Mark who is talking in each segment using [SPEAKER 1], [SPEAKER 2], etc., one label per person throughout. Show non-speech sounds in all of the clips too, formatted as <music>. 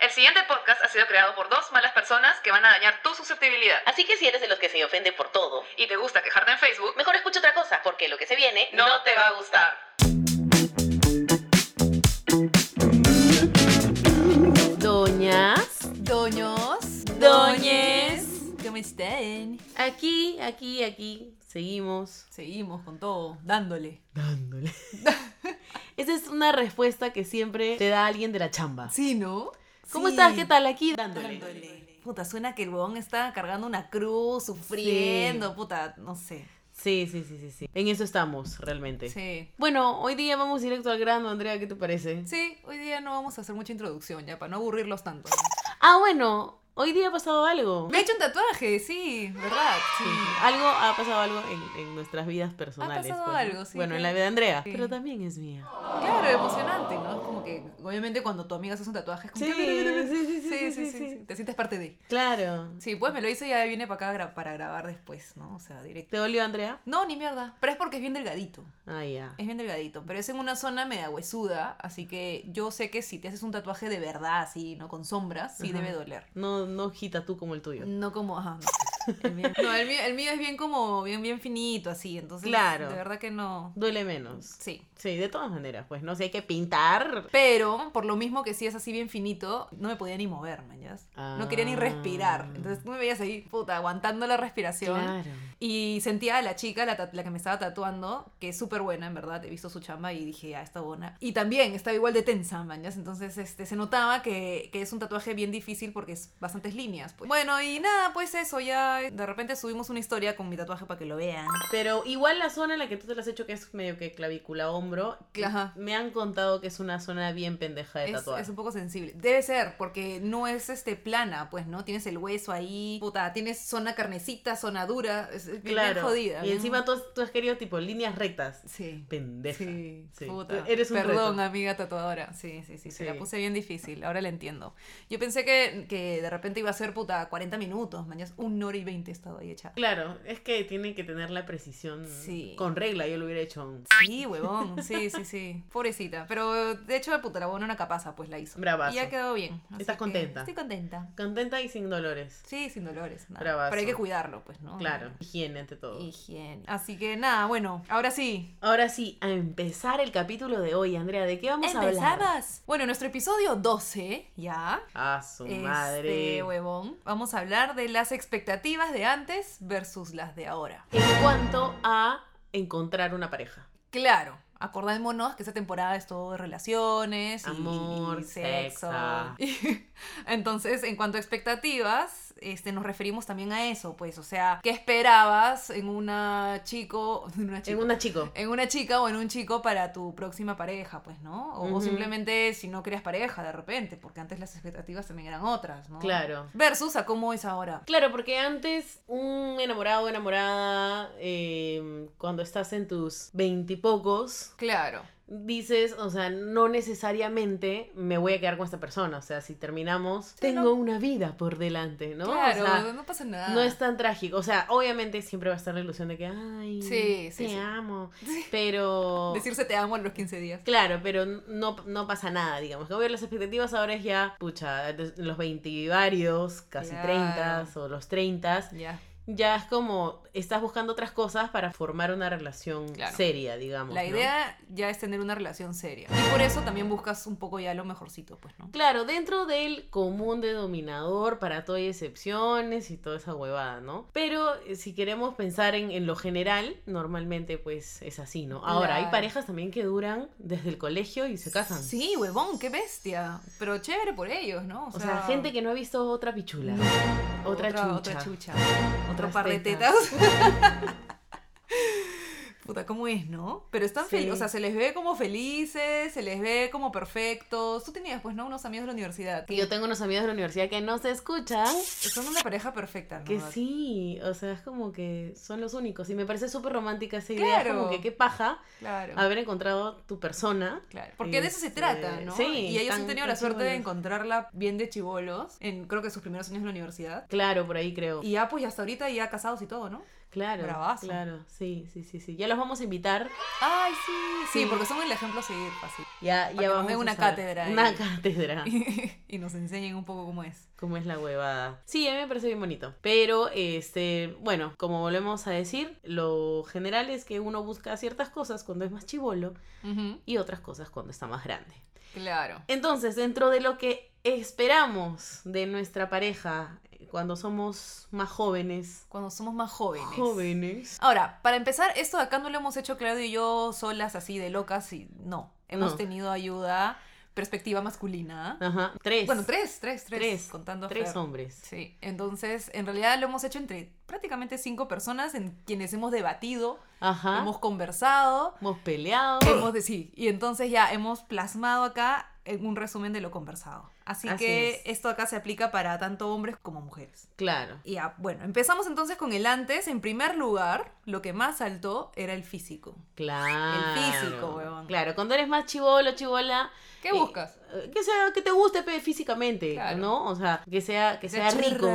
[SPEAKER 1] El siguiente podcast ha sido creado por dos malas personas que van a dañar tu susceptibilidad.
[SPEAKER 2] Así que si eres de los que se ofende por todo,
[SPEAKER 1] Y te gusta quejarte en Facebook,
[SPEAKER 2] mejor escucha otra cosa, porque lo que se viene
[SPEAKER 1] no, te va a gustar.
[SPEAKER 3] Doñas,
[SPEAKER 4] Doños,
[SPEAKER 3] Doñes.
[SPEAKER 4] ¿cómo están?
[SPEAKER 3] aquí, aquí, aquí, seguimos
[SPEAKER 4] Seguimos con todo, dándole.
[SPEAKER 3] dándole. Esa es una respuesta que siempre te da alguien de la chamba.
[SPEAKER 4] ¿Sí, no?
[SPEAKER 3] ¿Cómo estás? ¿Qué tal? Aquí dándole.
[SPEAKER 4] Dándole. Puta, suena que el huevón está cargando una cruz, sufriendo, puta, no sé.
[SPEAKER 3] Sí, sí, sí, sí, sí. En eso estamos, realmente.
[SPEAKER 4] Sí.
[SPEAKER 3] Bueno, hoy día vamos directo al grano, Andrea, ¿qué te parece?
[SPEAKER 4] Sí, hoy día no vamos a hacer mucha introducción ya, para no aburrirlos tanto.
[SPEAKER 3] Ah, bueno, hoy día ha pasado algo.
[SPEAKER 4] Me he hecho un tatuaje, sí, ¿verdad? Sí.
[SPEAKER 3] Algo, ha pasado algo en, en nuestras vidas personales.
[SPEAKER 4] pasado
[SPEAKER 3] pues, ¿no?
[SPEAKER 4] algo, sí,
[SPEAKER 3] Bueno, en
[SPEAKER 4] que-
[SPEAKER 3] la vida de Andrea.
[SPEAKER 4] Sí.
[SPEAKER 3] Pero también es mía.
[SPEAKER 4] Claro, emocionante, ¿no? Es como que, obviamente, cuando tu amiga hace un tatuaje, es como
[SPEAKER 3] Sí, sí,
[SPEAKER 4] que...
[SPEAKER 3] sí, sí, sí, sí, sí.
[SPEAKER 4] Te sientes parte de.
[SPEAKER 3] Claro.
[SPEAKER 4] Sí, pues me lo hice y ya viene para acá gra- para grabar después, ¿no? O sea, directo.
[SPEAKER 3] ¿Te dolió, Andrea?
[SPEAKER 4] No, ni mierda. Pero es porque es bien delgadito.
[SPEAKER 3] Ah, ya.
[SPEAKER 4] Es bien delgadito, pero es en una zona media huesuda, así que yo sé que si te haces un tatuaje de verdad, así, ¿no? Con sombras, sí
[SPEAKER 3] Ajá.
[SPEAKER 4] debe doler.
[SPEAKER 3] No, no agita tú como el tuyo.
[SPEAKER 4] No como, ajá. no. <laughs> El mío, no, el mío, el mío es bien como, bien, bien finito, así, entonces.
[SPEAKER 3] Claro.
[SPEAKER 4] De verdad que no.
[SPEAKER 3] Duele menos.
[SPEAKER 4] Sí.
[SPEAKER 3] Sí, de todas maneras, pues no sé, hay que pintar.
[SPEAKER 4] Pero, por lo mismo que si es así bien finito, no me podía ni mover, mañas. No quería ni
[SPEAKER 3] Ah.
[SPEAKER 4] respirar. Entonces tú me veías ahí, puta, aguantando la respiración. Y sentía a la chica, la, ta- la que me estaba tatuando, que es súper buena, en verdad. He visto su chamba y dije, ah, está buena. Y también estaba igual de tensa, mañas. Entonces este, se notaba que, que es un tatuaje bien difícil porque es bastantes líneas. pues. Bueno, y nada, pues eso, ya de repente subimos una historia con mi tatuaje para que lo vean.
[SPEAKER 3] Pero igual la zona en la que tú te la has hecho, que es medio que clavícula hombro, que
[SPEAKER 4] Ajá.
[SPEAKER 3] me han contado que es una zona bien pendeja de
[SPEAKER 4] Es,
[SPEAKER 3] tatuar.
[SPEAKER 4] es un poco sensible. Debe ser, porque no es este plana, pues, ¿no? Tienes el hueso ahí, puta, tienes zona carnecita, zona dura, es bien
[SPEAKER 3] Claro.
[SPEAKER 4] jodida.
[SPEAKER 3] y
[SPEAKER 4] bien-
[SPEAKER 3] encima tú, has- tú has querido tipo líneas rectas.
[SPEAKER 4] Sí.
[SPEAKER 3] Pendeja.
[SPEAKER 4] Sí,
[SPEAKER 3] Sí.
[SPEAKER 4] puta.
[SPEAKER 3] Eres un
[SPEAKER 4] Perdón,
[SPEAKER 3] reto.
[SPEAKER 4] amiga tatuadora. Sí, sí, sí, Se la
[SPEAKER 3] Sí.
[SPEAKER 4] puse bien difícil. Ahora la entiendo. Yo pensé que, que de repente iba a ser puta 40 minutos. Mañana una hora y 20 he estado ahí hecha.
[SPEAKER 3] Claro, es que tiene que tener la precisión
[SPEAKER 4] Sí.
[SPEAKER 3] con regla, yo lo hubiera hecho.
[SPEAKER 4] Sí, huevón. Sí, sí, sí. Pobrecita. Pero de hecho, puta, la buena una capaza, pues la hizo.
[SPEAKER 3] Bravazo.
[SPEAKER 4] Y ya quedó bien. Así
[SPEAKER 3] ¿Estás
[SPEAKER 4] que
[SPEAKER 3] contenta?
[SPEAKER 4] Estoy contenta.
[SPEAKER 3] Contenta y sin dolores.
[SPEAKER 4] Sí, sin dolores. nada.
[SPEAKER 3] Bravazo.
[SPEAKER 4] Pero hay que cuidarlo, pues, ¿no?
[SPEAKER 3] Claro, higiene ante todo.
[SPEAKER 4] Higiene. Así que nada, bueno, ahora sí.
[SPEAKER 3] Ahora sí, a empezar el capítulo de hoy, Andrea, ¿de qué vamos a hablar?
[SPEAKER 4] Empezabas. Bueno, nuestro episodio 12, ya.
[SPEAKER 3] A Ah, su madre.
[SPEAKER 4] Este huevón. Vamos a hablar de las expectativas de antes versus las de ahora.
[SPEAKER 3] En cuanto a encontrar una pareja.
[SPEAKER 4] Claro, acordémonos que esta temporada es todo de relaciones, y-
[SPEAKER 3] Amor,
[SPEAKER 4] y sexo.
[SPEAKER 3] sexa.
[SPEAKER 4] Y- <laughs> entonces, en cuanto a expectativas, este, nos referimos también a eso, pues, o sea, ¿qué esperabas en una chico, en una
[SPEAKER 3] En
[SPEAKER 4] chico?
[SPEAKER 3] Eh, una chico.
[SPEAKER 4] en una chica o en un chico para tu próxima pareja, pues, ¿no? O, o
[SPEAKER 3] Ujú.
[SPEAKER 4] simplemente si no creas pareja de repente, porque antes las expectativas también eran otras, ¿no?
[SPEAKER 3] Claro.
[SPEAKER 4] Versus a cómo es ahora.
[SPEAKER 3] Claro, porque antes un enamorado o enamorada, eh, cuando estás en tus veintipocos,
[SPEAKER 4] Claro.
[SPEAKER 3] dices, o sea, no necesariamente me voy a quedar con esta persona. O sea, si terminamos, tengo
[SPEAKER 4] no.
[SPEAKER 3] una vida por delante, ¿no? O
[SPEAKER 4] Claro,
[SPEAKER 3] sea,
[SPEAKER 4] no pasa nada.
[SPEAKER 3] no es tan trágico. O sea, obviamente siempre va a estar la ilusión de que, ay,
[SPEAKER 4] Sí, sí,
[SPEAKER 3] te
[SPEAKER 4] sí.
[SPEAKER 3] amo.
[SPEAKER 4] <laughs> Sí.
[SPEAKER 3] Pero...
[SPEAKER 4] Decirse te amo en los 15 días.
[SPEAKER 3] Claro, pero no, no pasa nada, digamos. Como ver las expectativas ahora es ya, pucha, en los 20 varios, casi
[SPEAKER 4] Claro.
[SPEAKER 3] 30 o los 30,
[SPEAKER 4] Ya.
[SPEAKER 3] ya es como estás buscando otras cosas para formar una relación
[SPEAKER 4] Claro.
[SPEAKER 3] seria, digamos.
[SPEAKER 4] La
[SPEAKER 3] ¿no?
[SPEAKER 4] idea ya es tener una relación seria. Y por eso también buscas un poco ya lo mejorcito, pues, ¿no?
[SPEAKER 3] Claro, dentro del común denominador, para todo hay excepciones y toda esa huevada, ¿no? Pero eh, si queremos pensar en, en lo general, normalmente pues es así, ¿no? Ahora, hay
[SPEAKER 4] Claro.
[SPEAKER 3] parejas también que duran desde el colegio y se casan.
[SPEAKER 4] Sí, huevón, qué bestia. Pero chévere por ellos, ¿no?
[SPEAKER 3] O sea, gente que no ha visto otra pichula. Otra, chucha.
[SPEAKER 4] Otra chucha. Otro
[SPEAKER 3] Otras
[SPEAKER 4] par de
[SPEAKER 3] tetas.
[SPEAKER 4] tetas.
[SPEAKER 3] <laughs>
[SPEAKER 4] Puta, ¿cómo es, no? Pero están
[SPEAKER 3] Sí.
[SPEAKER 4] felices, o sea, se les ve como felices, se les ve como perfectos. Tú tenías, pues, ¿no? Unos amigos de la universidad.
[SPEAKER 3] Yo tengo unos amigos de la universidad que no se escuchan.
[SPEAKER 4] Son una pareja perfecta, ¿no?
[SPEAKER 3] Que sí, o sea, es como que son los únicos. Y me parece súper romántica esa idea.
[SPEAKER 4] Claro.
[SPEAKER 3] Como que qué paja
[SPEAKER 4] Claro.
[SPEAKER 3] haber encontrado tu persona.
[SPEAKER 4] Claro. Porque de eso se
[SPEAKER 3] Este,
[SPEAKER 4] trata, ¿no?
[SPEAKER 3] sí,
[SPEAKER 4] Y ellos
[SPEAKER 3] tan-
[SPEAKER 4] han tenido la
[SPEAKER 3] tan
[SPEAKER 4] suerte de
[SPEAKER 3] chibolos.
[SPEAKER 4] encontrarla bien de chivolos, en creo que sus primeros años en la universidad.
[SPEAKER 3] Claro, por ahí creo.
[SPEAKER 4] Y ya, pues, hasta ahorita ya casados y todo, ¿no?
[SPEAKER 3] Claro,
[SPEAKER 4] Bravazo.
[SPEAKER 3] claro, sí, sí, sí, sí. Ya los vamos a invitar.
[SPEAKER 4] Ay, sí, sí,
[SPEAKER 3] Sí.
[SPEAKER 4] porque son el ejemplo a seguir fácil.
[SPEAKER 3] Ya,
[SPEAKER 4] que
[SPEAKER 3] ya
[SPEAKER 4] nos
[SPEAKER 3] vamos
[SPEAKER 4] den
[SPEAKER 3] a
[SPEAKER 4] una
[SPEAKER 3] saber.
[SPEAKER 4] cátedra ahí.
[SPEAKER 3] Una
[SPEAKER 4] Ah.
[SPEAKER 3] cátedra.
[SPEAKER 4] <laughs> y nos enseñen un poco cómo es.
[SPEAKER 3] Cómo es la huevada. Sí, a mí me parece bien bonito. Pero, este, bueno, como volvemos a decir, lo general es que uno busca ciertas cosas cuando es más chivolo
[SPEAKER 4] Ujú,
[SPEAKER 3] y otras cosas cuando está más grande.
[SPEAKER 4] Claro.
[SPEAKER 3] Entonces, dentro de lo que esperamos de nuestra pareja eh, cuando somos más jóvenes.
[SPEAKER 4] Cuando somos más jóvenes.
[SPEAKER 3] Jóvenes.
[SPEAKER 4] Ahora, para empezar, esto de acá no lo hemos hecho Claudio y yo solas así de locas y no. Hemos
[SPEAKER 3] No.
[SPEAKER 4] tenido ayuda, perspectiva masculina.
[SPEAKER 3] Ajá. Tres.
[SPEAKER 4] Bueno, tres, tres, tres,
[SPEAKER 3] Tres.
[SPEAKER 4] contando a
[SPEAKER 3] Tres
[SPEAKER 4] Fer.
[SPEAKER 3] hombres.
[SPEAKER 4] Sí, entonces en realidad lo hemos hecho entre prácticamente cinco personas en quienes hemos debatido,
[SPEAKER 3] Ajá.
[SPEAKER 4] hemos conversado,
[SPEAKER 3] Hemos peleado.
[SPEAKER 4] hemos de sí, y entonces ya hemos plasmado acá en un resumen de lo conversado. Así,
[SPEAKER 3] Así
[SPEAKER 4] que
[SPEAKER 3] es.
[SPEAKER 4] esto acá se aplica para tanto hombres como mujeres.
[SPEAKER 3] Claro.
[SPEAKER 4] Y ya, bueno, empezamos entonces con el antes. En primer lugar, lo que más saltó era el físico.
[SPEAKER 3] Claro.
[SPEAKER 4] físico, huevón.
[SPEAKER 3] Claro, cuando eres más chivolo, chivola.
[SPEAKER 4] ¿Qué
[SPEAKER 3] eh,
[SPEAKER 4] buscas?
[SPEAKER 3] eh, que sea, que te guste pe, físicamente,
[SPEAKER 4] Claro.
[SPEAKER 3] ¿no? O sea, que sea, que
[SPEAKER 4] Que
[SPEAKER 3] sea
[SPEAKER 4] sea
[SPEAKER 3] rico.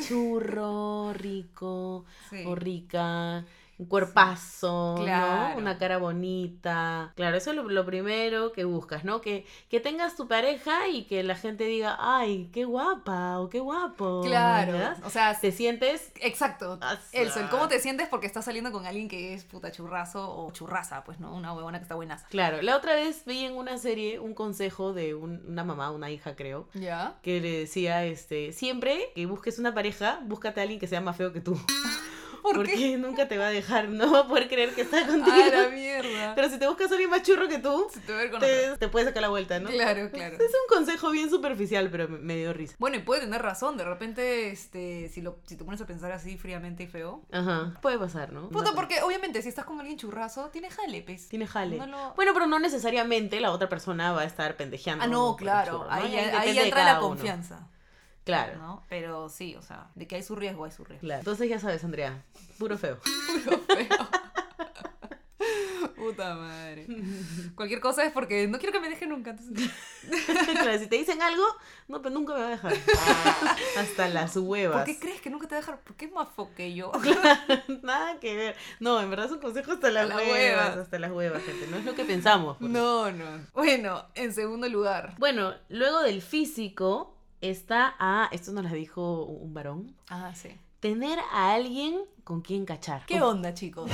[SPEAKER 4] churra.
[SPEAKER 3] Churro, rico
[SPEAKER 4] <laughs> Sí.
[SPEAKER 3] o rica. Un cuerpazo, ¿no?
[SPEAKER 4] Claro.
[SPEAKER 3] Una cara bonita. Claro, eso es lo, lo primero que buscas, ¿no? Que, que tengas tu pareja y que la gente diga, ay, qué guapa o qué guapo.
[SPEAKER 4] Claro.
[SPEAKER 3] ¿verdad?
[SPEAKER 4] O sea,
[SPEAKER 3] Te sientes...
[SPEAKER 4] Exacto.
[SPEAKER 3] Ah,
[SPEAKER 4] El sol,
[SPEAKER 3] sí.
[SPEAKER 4] ¿cómo te sientes porque estás saliendo con alguien que es puta churrazo o churraza? Pues no, una huevona que está buenaza.
[SPEAKER 3] Claro, la otra vez vi en una serie un consejo de un- una mamá, una hija creo,
[SPEAKER 4] ¿Ya?
[SPEAKER 3] que le decía, este, siempre que busques una pareja, búscate a alguien que sea más feo que tú.
[SPEAKER 4] <laughs> ¿Por,
[SPEAKER 3] porque
[SPEAKER 4] <laughs> qué?
[SPEAKER 3] nunca te va a dejar, no va a poder creer
[SPEAKER 4] <laughs>
[SPEAKER 3] que está contigo.
[SPEAKER 4] A la mierda.
[SPEAKER 3] Pero si te buscas a alguien más churro que tú,
[SPEAKER 4] Se te va a ver con
[SPEAKER 3] te, te puedes sacar la vuelta, ¿no?
[SPEAKER 4] otra.
[SPEAKER 3] <laughs>
[SPEAKER 4] Claro, claro.
[SPEAKER 3] Es un consejo bien superficial, pero me- me dio risa.
[SPEAKER 4] Bueno, y puede tener razón, de repente, este, si, lo, si te pones a pensar así fríamente y feo.
[SPEAKER 3] Ajá, puede pasar, ¿no?
[SPEAKER 4] Puta,
[SPEAKER 3] No-
[SPEAKER 4] porque obviamente si estás con alguien churrazo, tiene jalepes.
[SPEAKER 3] Tiene jale.
[SPEAKER 4] No lo-
[SPEAKER 3] Bueno, pero no necesariamente la otra persona va a estar pendejeando.
[SPEAKER 4] Ah,
[SPEAKER 3] por
[SPEAKER 4] no,
[SPEAKER 3] el
[SPEAKER 4] claro.
[SPEAKER 3] churro, ¿no?
[SPEAKER 4] Ahí, ahí
[SPEAKER 3] depende de
[SPEAKER 4] entra
[SPEAKER 3] cada
[SPEAKER 4] la
[SPEAKER 3] uno.
[SPEAKER 4] confianza.
[SPEAKER 3] Claro.
[SPEAKER 4] ¿no? Pero sí, o sea, de que hay su riesgo, hay
[SPEAKER 3] <laughs>
[SPEAKER 4] su riesgo.
[SPEAKER 3] Claro. Entonces ya sabes, Andrea, puro feo. <laughs>
[SPEAKER 4] <laughs> Puta madre. Cualquier cosa es porque no quiero que me deje nunca. entonces-
[SPEAKER 3] claro, si te dicen algo, no, pero nunca me va a dejar. Ah, Hasta las
[SPEAKER 4] <laughs> ¿Por
[SPEAKER 3] huevas.
[SPEAKER 4] qué crees que nunca te va a dejar? Porque es más fo que yo.
[SPEAKER 3] Nada que ver. No, en verdad es un consejo hasta las,
[SPEAKER 4] las
[SPEAKER 3] huevas,
[SPEAKER 4] huevas.
[SPEAKER 3] Hasta las huevas, gente. No es lo que pensamos. porque-
[SPEAKER 4] No, no. Bueno, en segundo lugar.
[SPEAKER 3] Bueno, luego del físico está. Ah, esto nos la dijo un varón.
[SPEAKER 4] Ah, sí.
[SPEAKER 3] Tener a alguien con quien cachar.
[SPEAKER 4] ¿Qué onda, <laughs> chicos?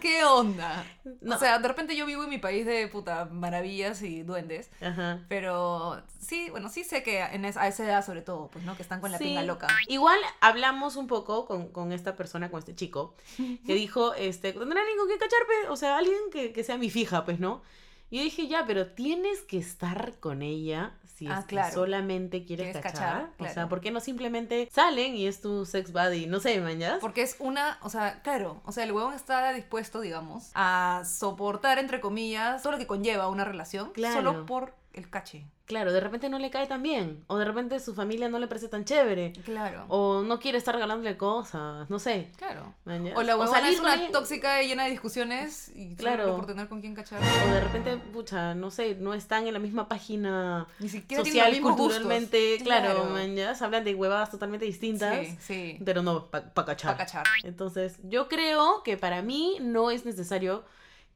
[SPEAKER 4] ¿Qué onda?
[SPEAKER 3] No.
[SPEAKER 4] O sea, de repente yo vivo en mi país de puta maravillas y duendes.
[SPEAKER 3] Ajá.
[SPEAKER 4] Pero sí, bueno, sí sé que en es- a esa edad sobre todo, pues, ¿no? Que están con la
[SPEAKER 3] Sí.
[SPEAKER 4] pinga loca.
[SPEAKER 3] Igual hablamos un poco con, con esta persona, con este
[SPEAKER 4] <laughs>
[SPEAKER 3] chico, que dijo, este, tener alguien con quien cachar, pe? o sea, alguien que, que sea mi fija, pues, ¿no? Y yo dije, ya, pero tienes que estar con ella si
[SPEAKER 4] Ah,
[SPEAKER 3] es que
[SPEAKER 4] claro.
[SPEAKER 3] solamente quieres
[SPEAKER 4] Quieres
[SPEAKER 3] cachar.
[SPEAKER 4] cachar,
[SPEAKER 3] O sea,
[SPEAKER 4] claro.
[SPEAKER 3] ¿por qué no simplemente salen y es tu sex buddy? No sé, mañas.
[SPEAKER 4] Porque es una, o sea, claro, o sea, el huevón está dispuesto, digamos, a soportar, entre comillas, todo lo que conlleva una relación
[SPEAKER 3] Claro.
[SPEAKER 4] solo por el cache.
[SPEAKER 3] Claro, de repente no le cae tan bien, o de repente su familia no le parece tan chévere,
[SPEAKER 4] Claro.
[SPEAKER 3] o no quiere estar regalándole cosas, no sé.
[SPEAKER 4] claro.
[SPEAKER 3] mañas.
[SPEAKER 4] O la huevona
[SPEAKER 3] salir
[SPEAKER 4] es
[SPEAKER 3] con
[SPEAKER 4] una
[SPEAKER 3] alguien-
[SPEAKER 4] tóxica y llena de discusiones y
[SPEAKER 3] Claro.
[SPEAKER 4] claro. por tener con quién cachar.
[SPEAKER 3] O de repente, pucha, no sé, no están en la misma página
[SPEAKER 4] Ni siquiera tienen
[SPEAKER 3] social
[SPEAKER 4] los
[SPEAKER 3] y
[SPEAKER 4] mismos
[SPEAKER 3] culturalmente,
[SPEAKER 4] gustos.
[SPEAKER 3] claro, man, ya se hablan de huevadas totalmente distintas,
[SPEAKER 4] Sí, sí.
[SPEAKER 3] pero no, para
[SPEAKER 4] Para
[SPEAKER 3] cachar.
[SPEAKER 4] cachar.
[SPEAKER 3] Entonces, yo creo que para mí no es necesario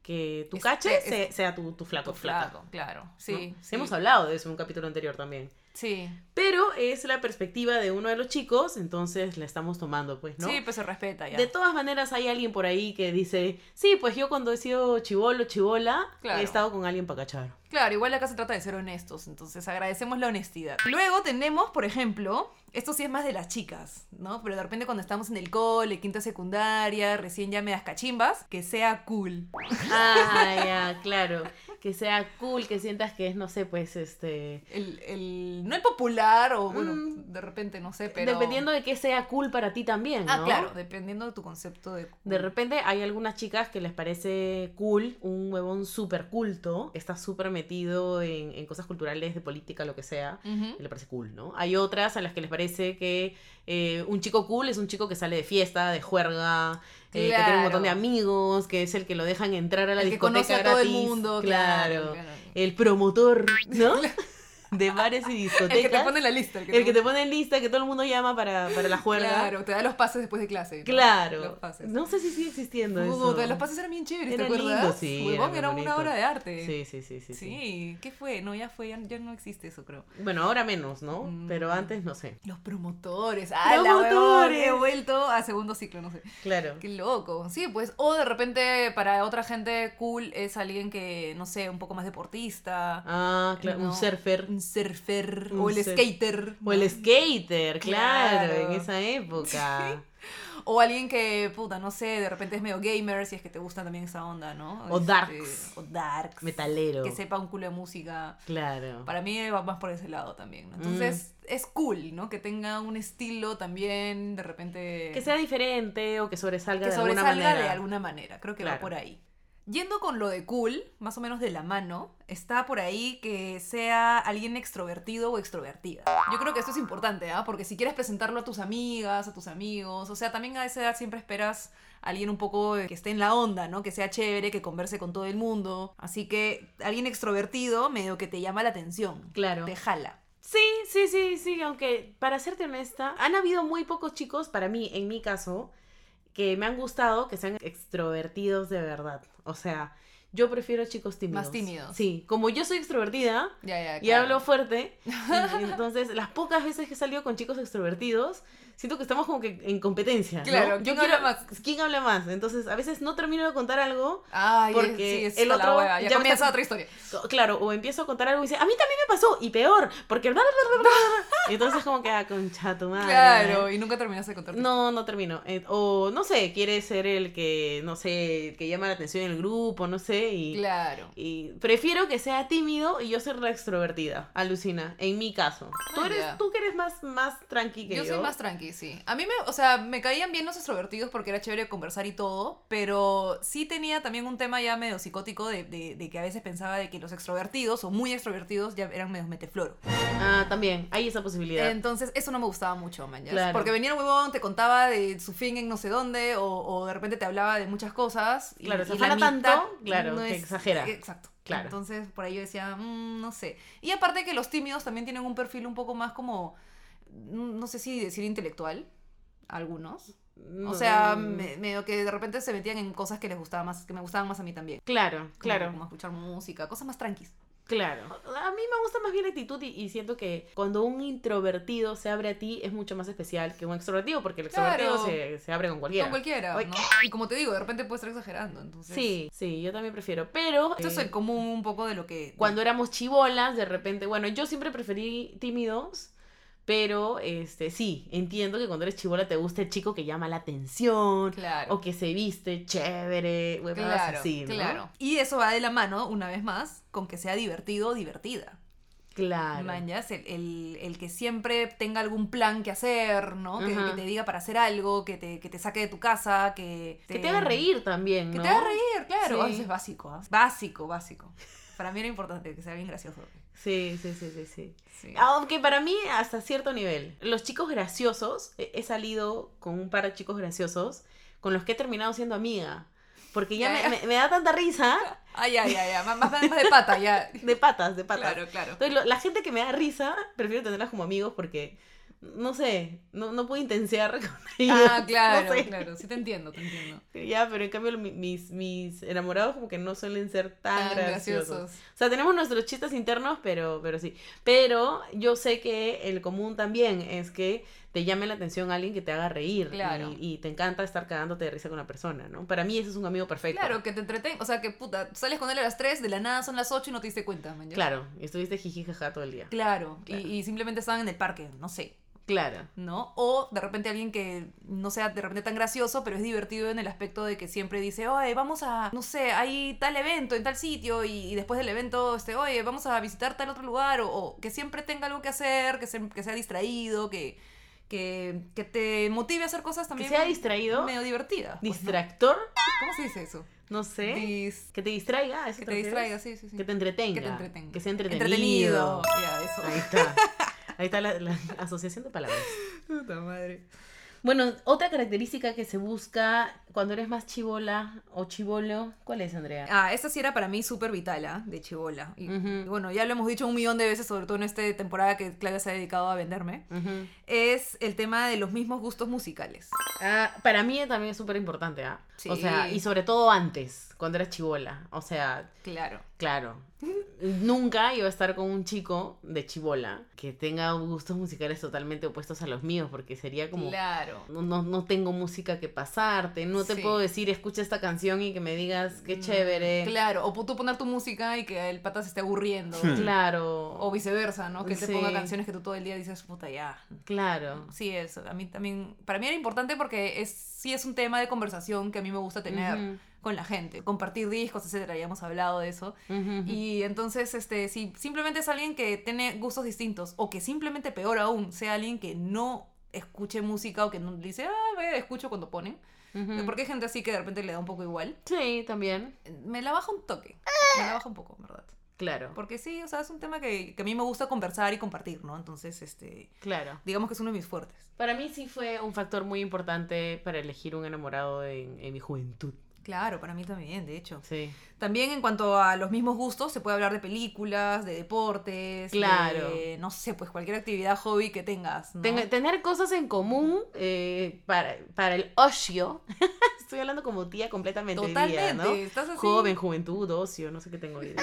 [SPEAKER 3] que tu
[SPEAKER 4] Es-
[SPEAKER 3] cache
[SPEAKER 4] es-
[SPEAKER 3] se- sea tu, tu flaco,
[SPEAKER 4] Tu
[SPEAKER 3] flaca,
[SPEAKER 4] flaco, claro.
[SPEAKER 3] ¿no?
[SPEAKER 4] Sí, sí.
[SPEAKER 3] Hemos hablado de eso en un capítulo anterior también.
[SPEAKER 4] Sí.
[SPEAKER 3] Pero es la perspectiva de uno de los chicos, entonces la estamos tomando, pues, ¿no?
[SPEAKER 4] Sí, pues se respeta ya.
[SPEAKER 3] De todas maneras, hay alguien por ahí que dice, sí, pues yo cuando he sido chivolo, chivola,
[SPEAKER 4] Claro.
[SPEAKER 3] he estado con alguien para cachar.
[SPEAKER 4] Claro, igual acá se trata de ser honestos, entonces agradecemos la honestidad. Luego tenemos, por ejemplo, esto sí es más de las chicas, ¿no? Pero de repente cuando estamos en el cole, quinta secundaria, recién ya me das cachimbas, que sea cool.
[SPEAKER 3] Ah, ya, claro. Que sea cool, que sientas que es, no sé, pues, este...
[SPEAKER 4] El, el- no el popular o bueno,
[SPEAKER 3] Mm.
[SPEAKER 4] de repente no sé, pero
[SPEAKER 3] Dependiendo de que sea cool para ti también, ¿no?
[SPEAKER 4] Ah, claro, dependiendo de tu concepto de cool.
[SPEAKER 3] De repente hay algunas chicas que les parece cool, un huevón súper culto, que está súper metido en, en cosas culturales, de política, lo que sea, y
[SPEAKER 4] Ujú.
[SPEAKER 3] le parece cool, ¿no? Hay otras a las que les parece que eh, un chico cool es un chico que sale de fiesta, de juerga, eh, que tiene un
[SPEAKER 4] Claro.
[SPEAKER 3] montón de amigos, que es el que lo dejan entrar a la
[SPEAKER 4] El que
[SPEAKER 3] discoteca
[SPEAKER 4] conoce a todo el
[SPEAKER 3] gratis.
[SPEAKER 4] mundo,
[SPEAKER 3] claro.
[SPEAKER 4] <laughs> claro.
[SPEAKER 3] El promotor, ¿no? de bares y discotecas.
[SPEAKER 4] El que te pone en la lista. El que, te...
[SPEAKER 3] en lista, que todo el mundo llama para, para la juerga.
[SPEAKER 4] Claro, te da los pases después de clase. ¿no?
[SPEAKER 3] Claro.
[SPEAKER 4] Los pases.
[SPEAKER 3] No sé si sigue existiendo eso.
[SPEAKER 4] Puta, los pases eran bien chéveres,
[SPEAKER 3] Era
[SPEAKER 4] ¿te acuerdas?
[SPEAKER 3] lindo, sí,
[SPEAKER 4] Huevón,
[SPEAKER 3] era
[SPEAKER 4] era
[SPEAKER 3] muy
[SPEAKER 4] una
[SPEAKER 3] bonito.
[SPEAKER 4] obra de arte.
[SPEAKER 3] Sí, sí, sí, sí, sí.
[SPEAKER 4] Sí, ¿qué fue? No, ya fue, ya, ya no existe eso, creo.
[SPEAKER 3] Bueno, ahora menos, ¿no?
[SPEAKER 4] Mm.
[SPEAKER 3] Pero antes no sé.
[SPEAKER 4] Los promotores. ¡Ah,
[SPEAKER 3] ¡Promotores!
[SPEAKER 4] He vuelto a segundo ciclo, no sé.
[SPEAKER 3] Claro.
[SPEAKER 4] Qué loco. Sí, pues, o de repente para otra gente cool es alguien que, no sé, un poco más deportista.
[SPEAKER 3] Ah, claro,
[SPEAKER 4] Eh, No.
[SPEAKER 3] un surfer.
[SPEAKER 4] Un surfer.
[SPEAKER 3] Un
[SPEAKER 4] o el
[SPEAKER 3] surf-
[SPEAKER 4] skater.
[SPEAKER 3] O el
[SPEAKER 4] ¿no?
[SPEAKER 3] skater, claro,
[SPEAKER 4] Claro.
[SPEAKER 3] en
[SPEAKER 4] <laughs>
[SPEAKER 3] esa época.
[SPEAKER 4] O alguien que, puta, no sé, de repente es medio gamer, si es que te gusta también esa onda, ¿no? Este,
[SPEAKER 3] O darks.
[SPEAKER 4] O darks.
[SPEAKER 3] Metalero.
[SPEAKER 4] Que sepa un culo de música.
[SPEAKER 3] Claro.
[SPEAKER 4] Para mí va más por ese lado también, ¿no? Entonces,
[SPEAKER 3] Mm.
[SPEAKER 4] es cool, ¿no? Que tenga un estilo también, de repente...
[SPEAKER 3] Que sea diferente o que sobresalga
[SPEAKER 4] que
[SPEAKER 3] de
[SPEAKER 4] sobresalga
[SPEAKER 3] alguna manera.
[SPEAKER 4] de alguna manera. Creo que va
[SPEAKER 3] Claro.
[SPEAKER 4] por ahí. Yendo con lo de cool, más o menos de la mano, está por ahí que sea alguien extrovertido o extrovertida. Yo creo que esto es importante, ¿ah? Porque si quieres presentarlo a tus amigas, a tus amigos, o sea, también a esa edad siempre esperas a alguien un poco eh, que esté en la onda, ¿no? Que sea chévere, que converse con todo el mundo. Así que alguien extrovertido medio que te llama la atención.
[SPEAKER 3] Claro.
[SPEAKER 4] Te jala.
[SPEAKER 3] Sí, sí, sí, sí, aunque para serte honesta, han habido muy pocos chicos, para mí, en mi caso, que me han gustado que sean extrovertidos de verdad. O sea, yo prefiero chicos tímidos.
[SPEAKER 4] Más tímidos.
[SPEAKER 3] Sí, como yo soy extrovertida
[SPEAKER 4] Ya, ya.
[SPEAKER 3] y hablo fuerte, y-
[SPEAKER 4] <laughs>
[SPEAKER 3] y entonces las pocas veces que he salido con chicos extrovertidos, siento que estamos como que en competencia. ¿no?
[SPEAKER 4] Claro,
[SPEAKER 3] yo
[SPEAKER 4] ¿quién habla
[SPEAKER 3] quiero-
[SPEAKER 4] más?
[SPEAKER 3] ¿Quién habla más? Entonces, a veces no termino de contar algo
[SPEAKER 4] Ay,
[SPEAKER 3] Porque
[SPEAKER 4] sí, es
[SPEAKER 3] el
[SPEAKER 4] el
[SPEAKER 3] otro
[SPEAKER 4] la hueva.
[SPEAKER 3] ya
[SPEAKER 4] Ya,
[SPEAKER 3] me
[SPEAKER 4] comienza
[SPEAKER 3] está-
[SPEAKER 4] otra historia.
[SPEAKER 3] Co- Claro, o empiezo a contar algo y dice, a mí también me pasó, y peor, porque bla, bla, bla, bla, bla, bla". Entonces como que, ah, concha tu madre.
[SPEAKER 4] Claro, y nunca terminaste de contar tu
[SPEAKER 3] No, no termino. Eh, o, no sé, quiere ser el que, no sé, el que llama la atención en el grupo, no sé, y...
[SPEAKER 4] Claro.
[SPEAKER 3] y prefiero que sea tímido y yo ser la extrovertida, alucina, en mi caso. Tú
[SPEAKER 4] Ah,
[SPEAKER 3] eres,
[SPEAKER 4] ya.
[SPEAKER 3] tú que eres más, más tranqui que yo.
[SPEAKER 4] Yo soy más tranqui, sí. A mí me, o sea, me caían bien los extrovertidos porque era chévere conversar y todo, pero sí tenía también un tema ya medio psicótico de, de- de que a veces pensaba de que los extrovertidos o muy extrovertidos ya eran medio metefloro.
[SPEAKER 3] Ah, también, hay esa posibilidad.
[SPEAKER 4] Entonces, eso no me gustaba mucho, man. ya.
[SPEAKER 3] Claro.
[SPEAKER 4] Porque venía el huevón, te contaba de su fin en no sé dónde, o, o de repente te hablaba de muchas cosas.
[SPEAKER 3] Claro, se
[SPEAKER 4] y la
[SPEAKER 3] afana tanto,
[SPEAKER 4] mitad
[SPEAKER 3] claro, que exagera.
[SPEAKER 4] Exacto.
[SPEAKER 3] Claro.
[SPEAKER 4] Entonces, por ahí yo decía, "Mm, no sé. Y aparte que los tímidos también tienen un perfil un poco más como, mm, no sé si decir intelectual, algunos.
[SPEAKER 3] No,
[SPEAKER 4] o sea,
[SPEAKER 3] mm,
[SPEAKER 4] me- medio que de repente se metían en cosas que les gustaba más, que me gustaban más a mí también.
[SPEAKER 3] Claro,
[SPEAKER 4] Como-
[SPEAKER 3] claro.
[SPEAKER 4] Como escuchar música, cosas más tranquis.
[SPEAKER 3] Claro. A mí me gusta más bien la actitud y, y siento que cuando un introvertido se abre a ti es mucho más especial que un extrovertido porque el extrovertido
[SPEAKER 4] Claro.
[SPEAKER 3] se, se abre con cualquiera.
[SPEAKER 4] Con cualquiera,
[SPEAKER 3] Oye,
[SPEAKER 4] ¿no? Y como te digo, de repente puede estar exagerando, entonces...
[SPEAKER 3] Sí, sí, yo también prefiero. Pero
[SPEAKER 4] Esto es
[SPEAKER 3] eh,
[SPEAKER 4] el común un poco de lo que...
[SPEAKER 3] cuando éramos chibolas, de repente, bueno, yo siempre preferí tímidos. Pero, este, sí, entiendo que cuando eres chibola te gusta el chico que llama la atención
[SPEAKER 4] Claro.
[SPEAKER 3] o que se viste chévere, huevadas
[SPEAKER 4] Claro,
[SPEAKER 3] así, ¿no?
[SPEAKER 4] claro. Y eso va de la mano, una vez más, con que sea divertido o divertida.
[SPEAKER 3] Claro.
[SPEAKER 4] Mañas, el, el- el que siempre tenga algún plan que hacer, ¿no? Que,
[SPEAKER 3] Ajá.
[SPEAKER 4] que te diga para hacer algo, que te, que te saque de tu casa, que...
[SPEAKER 3] Que te haga reír también,
[SPEAKER 4] Que
[SPEAKER 3] ¿no?
[SPEAKER 4] te haga reír, claro.
[SPEAKER 3] Sí.
[SPEAKER 4] Eso es básico, ¿ah? Básico, básico. Para mí era importante que sea bien gracioso. Ah,
[SPEAKER 3] Sí, sí, sí, sí, sí.
[SPEAKER 4] Sí.
[SPEAKER 3] Aunque para mí, hasta cierto nivel. Los chicos graciosos, he he salido con un par de chicos graciosos con los que he terminado siendo amiga. Porque ya me, me- me da tanta risa
[SPEAKER 4] Ay, ay, ay, ay, Más, más- más de pata, ya.
[SPEAKER 3] de patas, de patas.
[SPEAKER 4] Claro, claro.
[SPEAKER 3] Entonces, lo- la gente que me da risa, prefiero tenerlas como amigos porque, no sé, no, no puedo intensear <laughs> con ellos.
[SPEAKER 4] Ah, claro,
[SPEAKER 3] no sé.
[SPEAKER 4] claro. Sí te entiendo, te entiendo.
[SPEAKER 3] Ya, pero en cambio mi- mis, mis enamorados como que no suelen ser tan,
[SPEAKER 4] Tan
[SPEAKER 3] graciosos. O sea, tenemos nuestros chistes internos, pero, pero sí. Pero yo sé que el común también es que te llame la atención alguien que te haga reír.
[SPEAKER 4] Claro.
[SPEAKER 3] Y, y te encanta estar cagándote de risa con la persona, ¿no? Para mí ese es un amigo perfecto.
[SPEAKER 4] Claro, que te entretenga. O sea, que puta, sales con él a las 3, de la nada son las 8 y no te diste cuenta, man. ¿ya?
[SPEAKER 3] Claro, y estuviste jiji jaja todo el día.
[SPEAKER 4] Claro.
[SPEAKER 3] Claro.
[SPEAKER 4] Y, y simplemente estaban en el parque, no sé,
[SPEAKER 3] Claro.
[SPEAKER 4] ¿no? O de repente alguien que no sea de repente tan gracioso, pero es divertido en el aspecto de que siempre dice, oye, vamos a, no sé, hay tal evento en tal sitio y, y después del evento, este, oye, vamos a visitar tal otro lugar. O, o que siempre tenga algo que hacer, que, se- que sea distraído, que, que, que te motive a hacer cosas
[SPEAKER 3] Que
[SPEAKER 4] también.
[SPEAKER 3] sea distraído,
[SPEAKER 4] Medio divertidas. pues, ¿no?
[SPEAKER 3] distractor,
[SPEAKER 4] ¿Cómo se dice eso?
[SPEAKER 3] no sé.
[SPEAKER 4] Dis-
[SPEAKER 3] Que te distraiga, ¿a eso
[SPEAKER 4] Que
[SPEAKER 3] te
[SPEAKER 4] te
[SPEAKER 3] refieres?
[SPEAKER 4] distraiga, sí, sí, sí.
[SPEAKER 3] Que te entretenga.
[SPEAKER 4] Que te entretenga.
[SPEAKER 3] Que sea entretenido.
[SPEAKER 4] Entretenido. <laughs> Ya, eso.
[SPEAKER 3] Ahí está. Ahí está la, la asociación de palabras.
[SPEAKER 4] Puta madre.
[SPEAKER 3] Bueno, otra característica que se busca cuando eres más chivola o chivolo, ¿cuál es, Andrea?
[SPEAKER 4] Ah, esa sí era para mí súper vital, ¿ah? de chivola. Y,
[SPEAKER 3] Ujú.
[SPEAKER 4] y bueno, ya lo hemos dicho un millón de veces, sobre todo en esta temporada que Claudia se ha dedicado a venderme.
[SPEAKER 3] Ujú.
[SPEAKER 4] Es el tema de los mismos gustos musicales.
[SPEAKER 3] Ah, para mí también es súper importante, ¿ah? O
[SPEAKER 4] Sí.
[SPEAKER 3] sea, y sobre todo antes, cuando eras chivola. O sea,
[SPEAKER 4] Claro.
[SPEAKER 3] claro, nunca iba a estar con un chico de chivola que tenga gustos musicales totalmente opuestos a los míos, porque sería como...
[SPEAKER 4] Claro.
[SPEAKER 3] No, no, no tengo música que pasarte, no te
[SPEAKER 4] Sí. Mm,
[SPEAKER 3] puedo decir escucha esta canción y que me digas qué chévere.
[SPEAKER 4] Claro. O pu- tú poner tu música y que el pata se esté aburriendo.
[SPEAKER 3] Claro.
[SPEAKER 4] O viceversa, ¿no? Que te ponga
[SPEAKER 3] Sí.
[SPEAKER 4] canciones que tú todo el día dices, puta, ya.
[SPEAKER 3] Claro.
[SPEAKER 4] Sí, eso. A mí también. Para mí era importante porque es, sí es un tema de conversación que a mí me gusta tener
[SPEAKER 3] Ujú,
[SPEAKER 4] con la gente. Compartir discos, etcétera. Ya hemos hablado de eso.
[SPEAKER 3] ujú, ujú.
[SPEAKER 4] Y entonces, este, si simplemente es alguien que tiene gustos distintos, o que simplemente peor aún, sea alguien que no escuche música o que no dice, ah, ve, escucho cuando ponen. eh,
[SPEAKER 3] Ujú.
[SPEAKER 4] Porque hay gente así que de repente le da un poco igual.
[SPEAKER 3] Sí, también.
[SPEAKER 4] Me la baja un toque. Me la baja un poco, en ¿verdad?
[SPEAKER 3] Claro.
[SPEAKER 4] Porque sí, o sea, es un tema que, que a mí me gusta conversar y compartir, ¿no? Entonces, este,
[SPEAKER 3] Claro.
[SPEAKER 4] digamos que es uno de mis fuertes.
[SPEAKER 3] Para mí sí fue un factor muy importante para elegir un enamorado en, en mi juventud.
[SPEAKER 4] Claro, para mí también, de hecho.
[SPEAKER 3] Sí.
[SPEAKER 4] También en cuanto a los mismos gustos, se puede hablar de películas, de deportes,
[SPEAKER 3] Claro.
[SPEAKER 4] de, no sé, pues cualquier actividad, hobby que tengas. ¿no?
[SPEAKER 3] Ten- tener cosas en común eh, para, para el ocio. <laughs> Estoy hablando como tía completamente. hoy día,
[SPEAKER 4] Totalmente,
[SPEAKER 3] ¿no?
[SPEAKER 4] estás así.
[SPEAKER 3] Joven, juventud, ocio, no sé qué tengo. hoy
[SPEAKER 4] <laughs>
[SPEAKER 3] día.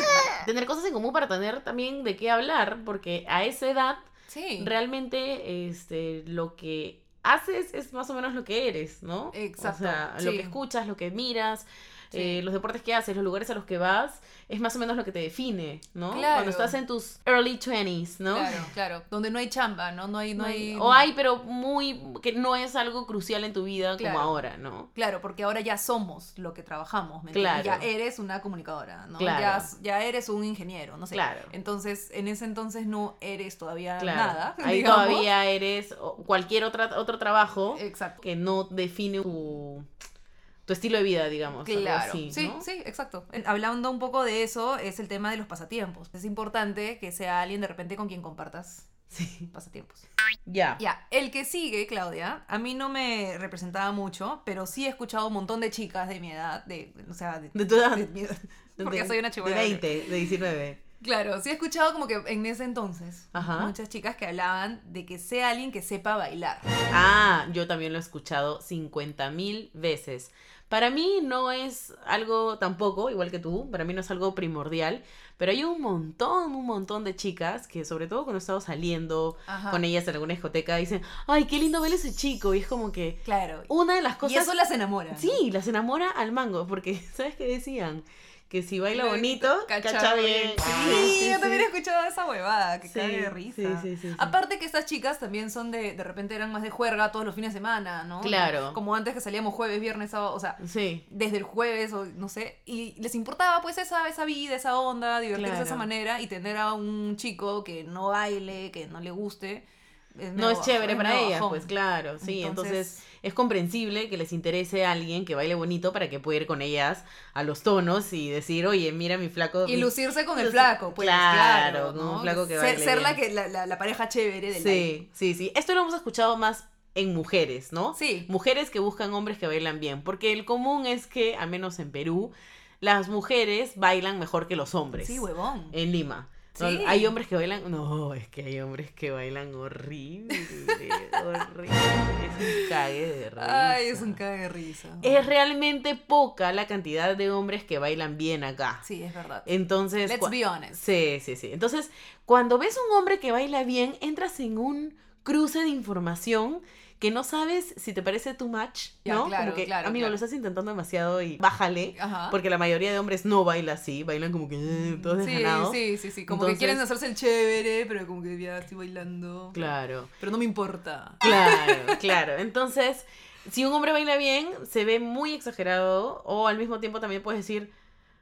[SPEAKER 3] tener cosas en común para tener también de qué hablar, porque a esa edad
[SPEAKER 4] Sí.
[SPEAKER 3] realmente este, lo que haces es más o menos lo que eres, ¿no?
[SPEAKER 4] Exacto,
[SPEAKER 3] O sea, lo
[SPEAKER 4] sí.
[SPEAKER 3] que escuchas, lo que miras,
[SPEAKER 4] Sí.
[SPEAKER 3] eh, los deportes que haces, los lugares a los que vas, es más o menos lo que te define, ¿no?
[SPEAKER 4] Claro.
[SPEAKER 3] Cuando estás en tus early 20s, ¿no?
[SPEAKER 4] Claro, claro. Donde no hay chamba, ¿no? No hay, no hay.
[SPEAKER 3] O hay, pero muy. que no es algo crucial en tu vida
[SPEAKER 4] Claro.
[SPEAKER 3] como ahora, ¿no?
[SPEAKER 4] Claro, porque ahora ya somos lo que trabajamos, ¿me
[SPEAKER 3] Claro.
[SPEAKER 4] entiendes? Ya eres una comunicadora, ¿no?
[SPEAKER 3] Claro.
[SPEAKER 4] Ya, ya eres un ingeniero, no sé.
[SPEAKER 3] Claro.
[SPEAKER 4] Entonces, en ese entonces no eres todavía
[SPEAKER 3] Claro.
[SPEAKER 4] nada. <laughs>
[SPEAKER 3] Ahí
[SPEAKER 4] digamos. Eh.
[SPEAKER 3] todavía eres o cualquier otra, otro trabajo
[SPEAKER 4] Exacto.
[SPEAKER 3] que no define tu, tu estilo de vida, digamos. algo
[SPEAKER 4] Claro,
[SPEAKER 3] así,
[SPEAKER 4] sí,
[SPEAKER 3] ¿no?
[SPEAKER 4] sí, exacto. En- Hablando un poco de eso, es el tema de los pasatiempos. Es importante que sea alguien de repente con quien compartas
[SPEAKER 3] Sí.
[SPEAKER 4] pasatiempos.
[SPEAKER 3] Ya.
[SPEAKER 4] Ya, el que sigue, Claudia, a mí no me representaba mucho, pero sí he escuchado un montón de chicas de mi edad, de, o sea, de,
[SPEAKER 3] De tu edad.
[SPEAKER 4] de
[SPEAKER 3] <laughs>
[SPEAKER 4] mi edad, porque
[SPEAKER 3] De-
[SPEAKER 4] soy una chibola.
[SPEAKER 3] De 20, de 19.
[SPEAKER 4] Claro, sí he escuchado como que en ese entonces
[SPEAKER 3] Ajá.
[SPEAKER 4] muchas chicas que hablaban de que sea alguien que sepa bailar.
[SPEAKER 3] Ah, yo también lo he escuchado 50 mil veces. Para mí no es algo tampoco, igual que tú, para mí no es algo primordial, pero hay un montón, un montón de chicas que sobre todo cuando he estado saliendo
[SPEAKER 4] Ajá.
[SPEAKER 3] con ellas en alguna discoteca dicen, ay, qué lindo baila ese chico, y es como que
[SPEAKER 4] Claro.
[SPEAKER 3] una de las
[SPEAKER 4] Y
[SPEAKER 3] cosas...
[SPEAKER 4] eso las enamora. ¿no?
[SPEAKER 3] Sí, las enamora al mango, porque <laughs> ¿sabes qué decían? Que si baila bonito, cacha, bien.
[SPEAKER 4] Sí, yo también he escuchado esa huevada, que
[SPEAKER 3] Sí,
[SPEAKER 4] cae de risa.
[SPEAKER 3] sí, sí, sí, sí.
[SPEAKER 4] Aparte que estas chicas también son de, de repente eran más de juerga todos los fines de semana, ¿no?
[SPEAKER 3] Claro.
[SPEAKER 4] Como antes que salíamos jueves, viernes, sábado, o sea,
[SPEAKER 3] Sí.
[SPEAKER 4] desde el jueves o no sé, y les importaba pues esa, esa vida, esa onda, divertirse
[SPEAKER 3] Claro.
[SPEAKER 4] de esa manera y tener a un chico que no baile, que no le guste.
[SPEAKER 3] no
[SPEAKER 4] medio
[SPEAKER 3] es chévere
[SPEAKER 4] bajón,
[SPEAKER 3] para
[SPEAKER 4] medio
[SPEAKER 3] ellas,
[SPEAKER 4] bajón.
[SPEAKER 3] pues claro, sí. Entonces, es comprensible que les interese a alguien que baile bonito para que pueda ir con ellas a los tonos y decir, oye, mira mi flaco. mi-
[SPEAKER 4] Y lucirse con el
[SPEAKER 3] Lucir-
[SPEAKER 4] flaco, pues
[SPEAKER 3] Claro,
[SPEAKER 4] claro.
[SPEAKER 3] con un
[SPEAKER 4] ¿no?
[SPEAKER 3] flaco que
[SPEAKER 4] Ser,
[SPEAKER 3] baile
[SPEAKER 4] ser la,
[SPEAKER 3] bien.
[SPEAKER 4] que, la, la- la pareja chévere del
[SPEAKER 3] Sí, sí, sí. Esto lo hemos escuchado más en mujeres, ¿no?
[SPEAKER 4] Sí.
[SPEAKER 3] Mujeres que buscan hombres que bailan bien, porque el común es que, al menos en Perú, las mujeres bailan mejor que los hombres.
[SPEAKER 4] Sí, huevón.
[SPEAKER 3] En Lima. Eh, No,
[SPEAKER 4] Sí.
[SPEAKER 3] Hay hombres que bailan. No, es que hay hombres que bailan horrible. <laughs> horrible. Es un cague de risa.
[SPEAKER 4] Ay, es un cague de risa.
[SPEAKER 3] Es realmente poca la cantidad de hombres que bailan bien acá.
[SPEAKER 4] Sí, es verdad.
[SPEAKER 3] Entonces.
[SPEAKER 4] Let's
[SPEAKER 3] cua-
[SPEAKER 4] be honest.
[SPEAKER 3] Sí, sí, sí. Entonces, cuando ves un hombre que baila bien, entras en un cruce de información que no sabes si te parece too much,
[SPEAKER 4] Ya,
[SPEAKER 3] ¿no?
[SPEAKER 4] claro,
[SPEAKER 3] como que,
[SPEAKER 4] claro,
[SPEAKER 3] amigo,
[SPEAKER 4] claro.
[SPEAKER 3] lo estás intentando demasiado y bájale,
[SPEAKER 4] Ajá.
[SPEAKER 3] porque la mayoría de hombres no baila así, bailan como que
[SPEAKER 4] Mm,
[SPEAKER 3] eh, todos
[SPEAKER 4] sí,
[SPEAKER 3] desganados.
[SPEAKER 4] sí, sí, sí. Como
[SPEAKER 3] Entonces-
[SPEAKER 4] que quieren hacerse el chévere, pero como que ya estoy bailando.
[SPEAKER 3] Claro.
[SPEAKER 4] Pero no me importa.
[SPEAKER 3] Claro, claro. Entonces, si un hombre baila bien, se ve muy exagerado o al mismo tiempo también puedes decir,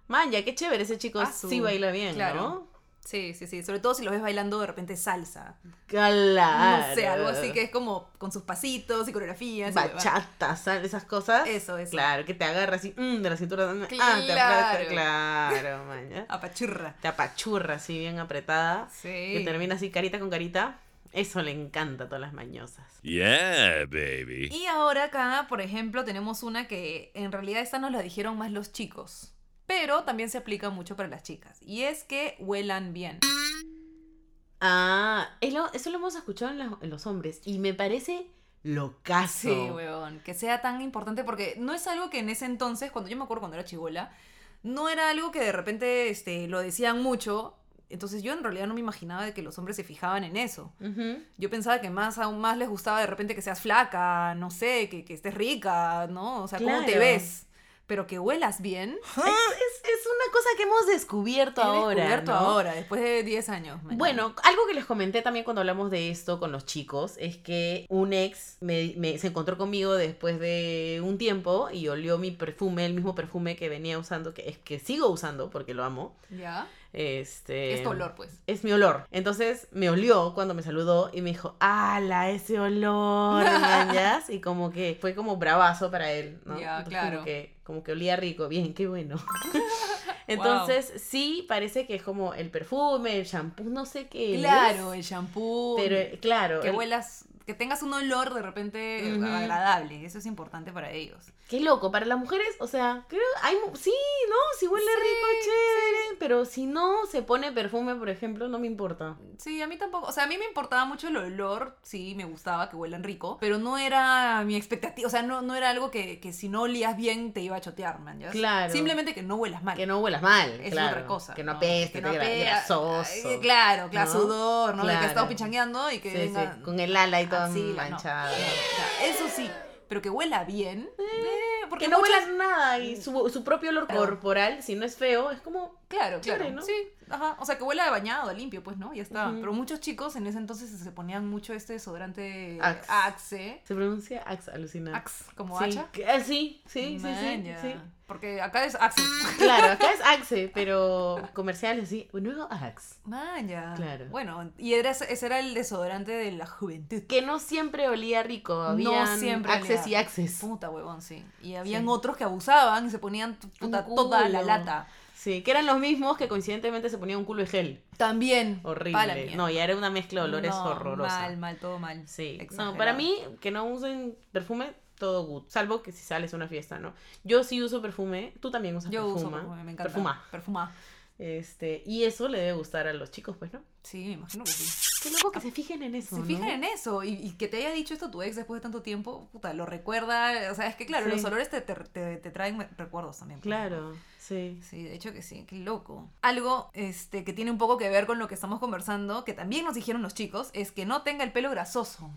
[SPEAKER 3] man, ya qué chévere ese chico,
[SPEAKER 4] Ah, su-
[SPEAKER 3] sí baila bien,
[SPEAKER 4] claro. Sí, sí, sí. Sobre todo si lo ves bailando de repente salsa.
[SPEAKER 3] ¿no? Claro.
[SPEAKER 4] No sé, algo así que es como con sus pasitos y coreografías. y
[SPEAKER 3] Bachata, sal- esas cosas.
[SPEAKER 4] huevadas. Eso, eso.
[SPEAKER 3] Claro, que te agarra así mm, de la cintura. ah, te aprieta,
[SPEAKER 4] Claro.
[SPEAKER 3] claro, man. ya.
[SPEAKER 4] Apachurra.
[SPEAKER 3] Te apachurra así bien apretada.
[SPEAKER 4] Sí.
[SPEAKER 3] Que termina así carita con carita. Eso le encanta a todas las mañosas.
[SPEAKER 5] Yeah, baby.
[SPEAKER 4] Y ahora acá, por ejemplo, tenemos una que en realidad esta nos la dijeron más los chicos, pero también se aplica mucho para las chicas, y es que huelan bien.
[SPEAKER 3] Ah, es lo- eso lo hemos escuchado en, la- en los hombres y me parece locazo.
[SPEAKER 4] Sí, weón, que sea tan importante porque no es algo que en ese entonces, cuando yo me acuerdo cuando era chivola, no era algo que de repente este, lo decían mucho, entonces yo en realidad no me imaginaba de que los hombres se fijaban en eso.
[SPEAKER 3] Ujú.
[SPEAKER 4] Yo pensaba que más aún más les gustaba de repente que seas flaca, no sé, que, que estés rica, ¿no? O sea, cómo te
[SPEAKER 3] Claro.
[SPEAKER 4] ves. Pero que huelas
[SPEAKER 3] <laughs>
[SPEAKER 4] bien.
[SPEAKER 3] Es, es una cosa que hemos descubierto
[SPEAKER 4] he
[SPEAKER 3] ahora.
[SPEAKER 4] descubierto
[SPEAKER 3] ¿no?
[SPEAKER 4] ahora, después de 10 años. man.
[SPEAKER 3] Bueno, algo que les comenté también cuando hablamos de esto con los chicos es que un ex me- me- se encontró conmigo después de un tiempo y olió mi perfume, el mismo perfume que venía usando, que es que sigo usando porque lo amo.
[SPEAKER 4] ¿Ya?
[SPEAKER 3] Este,
[SPEAKER 4] es tu olor, pues.
[SPEAKER 3] Es mi olor. Entonces me olió cuando me saludó y me dijo, ¡Hala, ese olor! mañas", Y como que fue como bravazo para él, ¿no?
[SPEAKER 4] Ya,
[SPEAKER 3] Entonces,
[SPEAKER 4] claro.
[SPEAKER 3] Como que, como que olía rico, bien, qué
[SPEAKER 4] <laughs>
[SPEAKER 3] bueno. Entonces sí parece que es como el perfume, el shampoo, no sé qué. es,
[SPEAKER 4] Claro, el shampoo.
[SPEAKER 3] Pero eh, claro,
[SPEAKER 4] que
[SPEAKER 3] el-
[SPEAKER 4] huelas, que tengas un olor de repente
[SPEAKER 3] Ujú.
[SPEAKER 4] agradable. Eso es importante para ellos.
[SPEAKER 3] qué loco. Para las mujeres, o sea, creo, hay, mu- sí, ¿no? Si huele
[SPEAKER 4] Sí,
[SPEAKER 3] rico, chévere. Pero si no se pone perfume, por ejemplo, no me importa.
[SPEAKER 4] Sí, a mí tampoco. O sea, a mí me importaba mucho el olor. Sí, me gustaba que huelan rico. Pero no era mi expectativa. O sea, no, no era algo que, que si no olías bien te iba a chotear, man. ¿ya?
[SPEAKER 3] Claro.
[SPEAKER 4] Simplemente que no huelas mal.
[SPEAKER 3] Que no huelas mal,
[SPEAKER 4] es
[SPEAKER 3] claro,
[SPEAKER 4] otra cosa.
[SPEAKER 3] Que no
[SPEAKER 4] peste,
[SPEAKER 3] apeste, que no grasoso.
[SPEAKER 4] Claro, claro,
[SPEAKER 3] ¿no?
[SPEAKER 4] sudor, ¿no? De que
[SPEAKER 3] Claro.
[SPEAKER 4] has estado pichangueando y que
[SPEAKER 3] Sí,
[SPEAKER 4] venga.
[SPEAKER 3] sí, con el ala y todo
[SPEAKER 4] axila, no.
[SPEAKER 3] manchado.
[SPEAKER 4] O sea, Eso sí, pero que huela bien. eh,
[SPEAKER 3] Porque
[SPEAKER 4] porque
[SPEAKER 3] no
[SPEAKER 4] muchas- Mm.
[SPEAKER 3] huelas nada y su, su propio olor
[SPEAKER 4] Claro.
[SPEAKER 3] corporal, si no es feo, es como...
[SPEAKER 4] Claro,
[SPEAKER 3] Chévere,
[SPEAKER 4] claro.
[SPEAKER 3] ¿no?
[SPEAKER 4] Sí, ajá. O sea, que huela de bañado, de limpio, pues, ¿no? Ya está.
[SPEAKER 3] Ujú.
[SPEAKER 4] Pero muchos chicos en ese entonces se ponían mucho este desodorante
[SPEAKER 3] Axe.
[SPEAKER 4] Axe.
[SPEAKER 3] Se pronuncia ax, alucina.
[SPEAKER 4] Axe, como
[SPEAKER 3] sí.
[SPEAKER 4] hacha.
[SPEAKER 3] que- ah, Sí, sí, sí, sí,
[SPEAKER 4] Maña.
[SPEAKER 3] sí.
[SPEAKER 4] Porque acá es Axe.
[SPEAKER 3] Claro, acá es Axe, pero comercial así, nuevo Axe.
[SPEAKER 4] Maña.
[SPEAKER 3] Claro.
[SPEAKER 4] Bueno, y era, ese ese era el desodorante de la juventud.
[SPEAKER 3] Que no siempre olía rico,
[SPEAKER 4] No
[SPEAKER 3] había
[SPEAKER 4] siempre
[SPEAKER 3] Axes
[SPEAKER 4] olía.
[SPEAKER 3] y Axes.
[SPEAKER 4] Puta, huevón, sí. Y habían
[SPEAKER 3] Sí.
[SPEAKER 4] otros que abusaban y se ponían t- puta,
[SPEAKER 3] Un
[SPEAKER 4] toda la
[SPEAKER 3] culo.
[SPEAKER 4] lata.
[SPEAKER 3] Sí, que eran los mismos que coincidentemente se ponían un culo de gel.
[SPEAKER 4] También. pa' la
[SPEAKER 3] Horrible.
[SPEAKER 4] mierda.
[SPEAKER 3] No, ya era una mezcla de olores
[SPEAKER 4] No,
[SPEAKER 3] horrorosa.
[SPEAKER 4] Mal, mal, todo mal.
[SPEAKER 3] Sí.
[SPEAKER 4] Exagerado.
[SPEAKER 3] No, para mí, que no usen perfume, todo good. Salvo que si sales a una fiesta, ¿no? Yo sí uso perfume. Tú también usas
[SPEAKER 4] Yo
[SPEAKER 3] perfume.
[SPEAKER 4] uso perfume, me encanta.
[SPEAKER 3] Perfuma.
[SPEAKER 4] Perfuma.
[SPEAKER 3] Este, y eso le debe gustar a los chicos, pues, ¿no?
[SPEAKER 4] Sí, me imagino que sí.
[SPEAKER 3] Qué loco que se fijen en eso,
[SPEAKER 4] Se
[SPEAKER 3] ¿no?
[SPEAKER 4] fijan en eso y, y que te haya dicho esto tu ex después de tanto tiempo, puta, lo recuerda. O sea, es que claro,
[SPEAKER 3] Sí.
[SPEAKER 4] los olores te, te, te- te traen recuerdos también. pues, ¿no?
[SPEAKER 3] Claro, sí.
[SPEAKER 4] Sí, de hecho que sí, qué loco. Algo este, que tiene un poco que ver con lo que estamos conversando, que también nos dijeron los chicos, es que no tenga el pelo grasoso.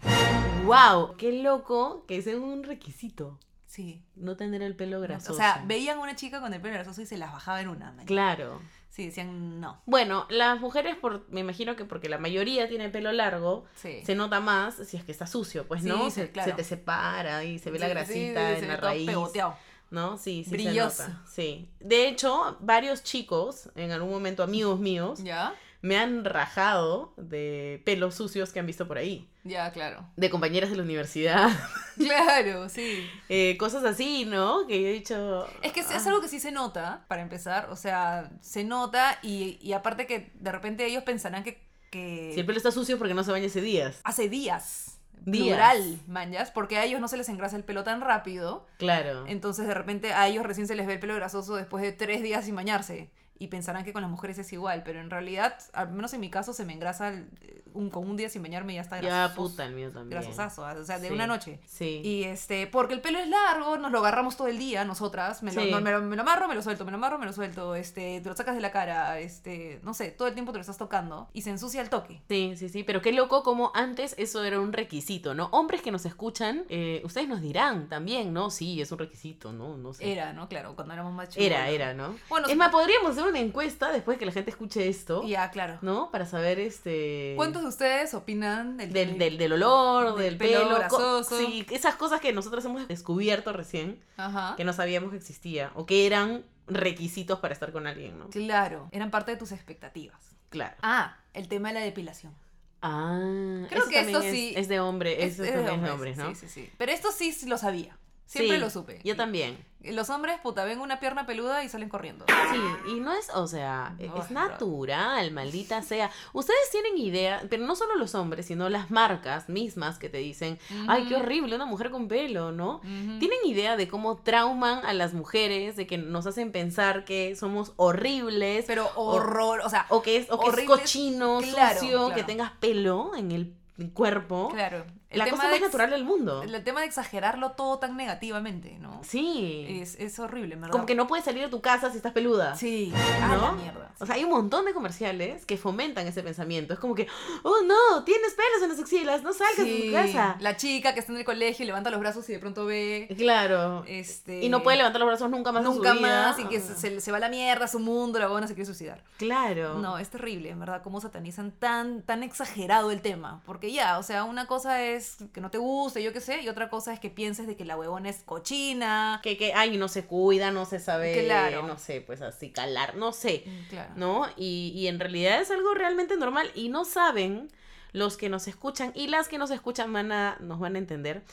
[SPEAKER 3] ¡Wow! Qué loco que ese es un requisito.
[SPEAKER 4] Sí.
[SPEAKER 3] No tener el pelo grasoso.
[SPEAKER 4] O sea, veían a una chica con el pelo grasoso y se las bajaba en una. man.
[SPEAKER 3] Claro.
[SPEAKER 4] Sí, decían no.
[SPEAKER 3] Bueno, las mujeres, por, me imagino que porque la mayoría tiene pelo largo,
[SPEAKER 4] Sí.
[SPEAKER 3] se nota más si es que está sucio, pues,
[SPEAKER 4] Sí,
[SPEAKER 3] ¿no?
[SPEAKER 4] sí,
[SPEAKER 3] se,
[SPEAKER 4] claro.
[SPEAKER 3] se te separa y se ve la
[SPEAKER 4] Sí,
[SPEAKER 3] grasita
[SPEAKER 4] sí, sí,
[SPEAKER 3] en
[SPEAKER 4] se
[SPEAKER 3] la
[SPEAKER 4] ve todo
[SPEAKER 3] raíz.
[SPEAKER 4] pegoteado.
[SPEAKER 3] ¿no? Sí, sí. se
[SPEAKER 4] Brilloso.
[SPEAKER 3] nota, Sí. De hecho, varios chicos, en algún momento amigos míos,
[SPEAKER 4] ¿Ya?
[SPEAKER 3] me han rajado de pelos sucios que han visto por ahí.
[SPEAKER 4] Ya, claro. <laughs>
[SPEAKER 3] De compañeras de la universidad,
[SPEAKER 4] Claro, sí.
[SPEAKER 3] <laughs> eh, cosas así, ¿no? Que yo he dicho.
[SPEAKER 4] Es que es, es
[SPEAKER 3] "Ah".
[SPEAKER 4] algo que sí se nota, para empezar. O sea, se nota y, y aparte que de repente ellos pensarán que, que
[SPEAKER 3] Si el pelo está sucio porque no se baña ese días.
[SPEAKER 4] hace días.
[SPEAKER 3] Días.
[SPEAKER 4] Plural, manjas, porque a ellos no se les engrasa el pelo tan rápido.
[SPEAKER 3] Claro.
[SPEAKER 4] Entonces de repente a ellos recién se les ve el pelo grasoso después de tres días sin bañarse. Y pensarán que con las mujeres es igual, pero en realidad, al menos en mi caso, se me engrasa el- eh, un, con un día sin bañarme y ya está
[SPEAKER 3] Ya
[SPEAKER 4] grasoso.
[SPEAKER 3] puta el mío también.
[SPEAKER 4] Grasosazo, o sea, de
[SPEAKER 3] Sí.
[SPEAKER 4] una noche.
[SPEAKER 3] Sí.
[SPEAKER 4] Y este, porque el pelo es largo, nos lo agarramos todo el día nosotras. Me lo,
[SPEAKER 3] Sí.
[SPEAKER 4] no, me lo, me lo amarro, me lo suelto, me lo amarro, me lo suelto. Este, te lo sacas de la cara, este, no sé, todo el tiempo te lo estás tocando y se ensucia el toque.
[SPEAKER 3] Sí, sí, sí, pero qué loco como antes eso era un requisito, ¿no? Hombres que nos escuchan, eh, ustedes nos dirán también, ¿no? Sí, es un requisito, ¿no? No sé.
[SPEAKER 4] Era, ¿no? Claro, cuando éramos más chicos.
[SPEAKER 3] Era, era, ¿no?
[SPEAKER 4] Bueno,
[SPEAKER 3] es más, podríamos hacer una encuesta después que la gente escuche esto,
[SPEAKER 4] Ya, claro.
[SPEAKER 3] ¿no? Para saber este.
[SPEAKER 4] ¿Cuántos de ustedes opinan del,
[SPEAKER 3] Del, del, del olor, del,
[SPEAKER 4] del pelo
[SPEAKER 3] pelo. co-
[SPEAKER 4] grasoso?
[SPEAKER 3] Sí, esas cosas que nosotros hemos descubierto recién,
[SPEAKER 4] Ajá.
[SPEAKER 3] que no sabíamos que existía, o que eran requisitos para estar con alguien, ¿no?
[SPEAKER 4] Claro, eran parte de tus expectativas.
[SPEAKER 3] Claro.
[SPEAKER 4] Ah, el tema de la depilación.
[SPEAKER 3] Ah,
[SPEAKER 4] Creo
[SPEAKER 3] eso
[SPEAKER 4] que esto
[SPEAKER 3] también es-
[SPEAKER 4] sí-
[SPEAKER 3] Es de hombre, eso
[SPEAKER 4] de
[SPEAKER 3] también es de hombres,
[SPEAKER 4] hombres,
[SPEAKER 3] ¿no?
[SPEAKER 4] Sí, sí, sí. Pero esto sí lo sabía. Siempre
[SPEAKER 3] Sí,
[SPEAKER 4] lo supe.
[SPEAKER 3] Yo también.
[SPEAKER 4] Los hombres, puta, ven una pierna peluda y salen corriendo.
[SPEAKER 3] Sí, y no es, o sea, e-
[SPEAKER 4] No,
[SPEAKER 3] es
[SPEAKER 4] es verdad.
[SPEAKER 3] natural, maldita sea. Ustedes tienen idea, pero no solo los hombres, sino las marcas mismas que te dicen, ay, qué
[SPEAKER 4] Ujú.
[SPEAKER 3] horrible una mujer con pelo, ¿no?
[SPEAKER 4] Ujú.
[SPEAKER 3] ¿Tienen idea de cómo trauman a las mujeres, de que nos hacen pensar que somos horribles
[SPEAKER 4] Pero horror, o sea,
[SPEAKER 3] o que es, o que es
[SPEAKER 4] horribles,
[SPEAKER 3] cochino,
[SPEAKER 4] claro,
[SPEAKER 3] sucio, que
[SPEAKER 4] claro.
[SPEAKER 3] tengas pelo en el cuerpo?
[SPEAKER 4] claro. El
[SPEAKER 3] La
[SPEAKER 4] tema
[SPEAKER 3] cosa
[SPEAKER 4] de
[SPEAKER 3] más
[SPEAKER 4] ex-
[SPEAKER 3] natural del mundo.
[SPEAKER 4] El tema de exagerarlo todo tan negativamente, ¿no?
[SPEAKER 3] Sí.
[SPEAKER 4] Es, es horrible, en ¿verdad?
[SPEAKER 3] Como que no puedes salir de tu casa si estás peluda.
[SPEAKER 4] Sí, a la
[SPEAKER 3] ¿No?
[SPEAKER 4] mierda.
[SPEAKER 3] O sea, hay un montón de comerciales que fomentan ese pensamiento. Es como que, oh no, tienes pelos en las axilas, no salgas de
[SPEAKER 4] Sí,
[SPEAKER 3] tu casa.
[SPEAKER 4] La chica que está en el colegio y levanta los brazos y de pronto ve.
[SPEAKER 3] Claro.
[SPEAKER 4] Este,
[SPEAKER 3] Y no puede levantar los brazos nunca más. en su
[SPEAKER 4] Nunca
[SPEAKER 3] vida.
[SPEAKER 4] más, y que se, se- se va a la mierda, su mundo, la buena se quiere suicidar.
[SPEAKER 3] Claro.
[SPEAKER 4] No, es terrible, en verdad, cómo satanizan tan, tan exagerado el tema. Porque ya, o sea, una cosa es que no te guste, yo qué sé, y otra cosa es que pienses de que la huevona es cochina.
[SPEAKER 3] Que, que, ay, no se cuida, no se sabe.
[SPEAKER 4] Claro.
[SPEAKER 3] No sé, pues así calar, no sé.
[SPEAKER 4] Mm, Claro.
[SPEAKER 3] ¿No? Y, y en realidad es algo realmente normal. Y no saben los que nos escuchan y las que nos escuchan van a, nos van a entender.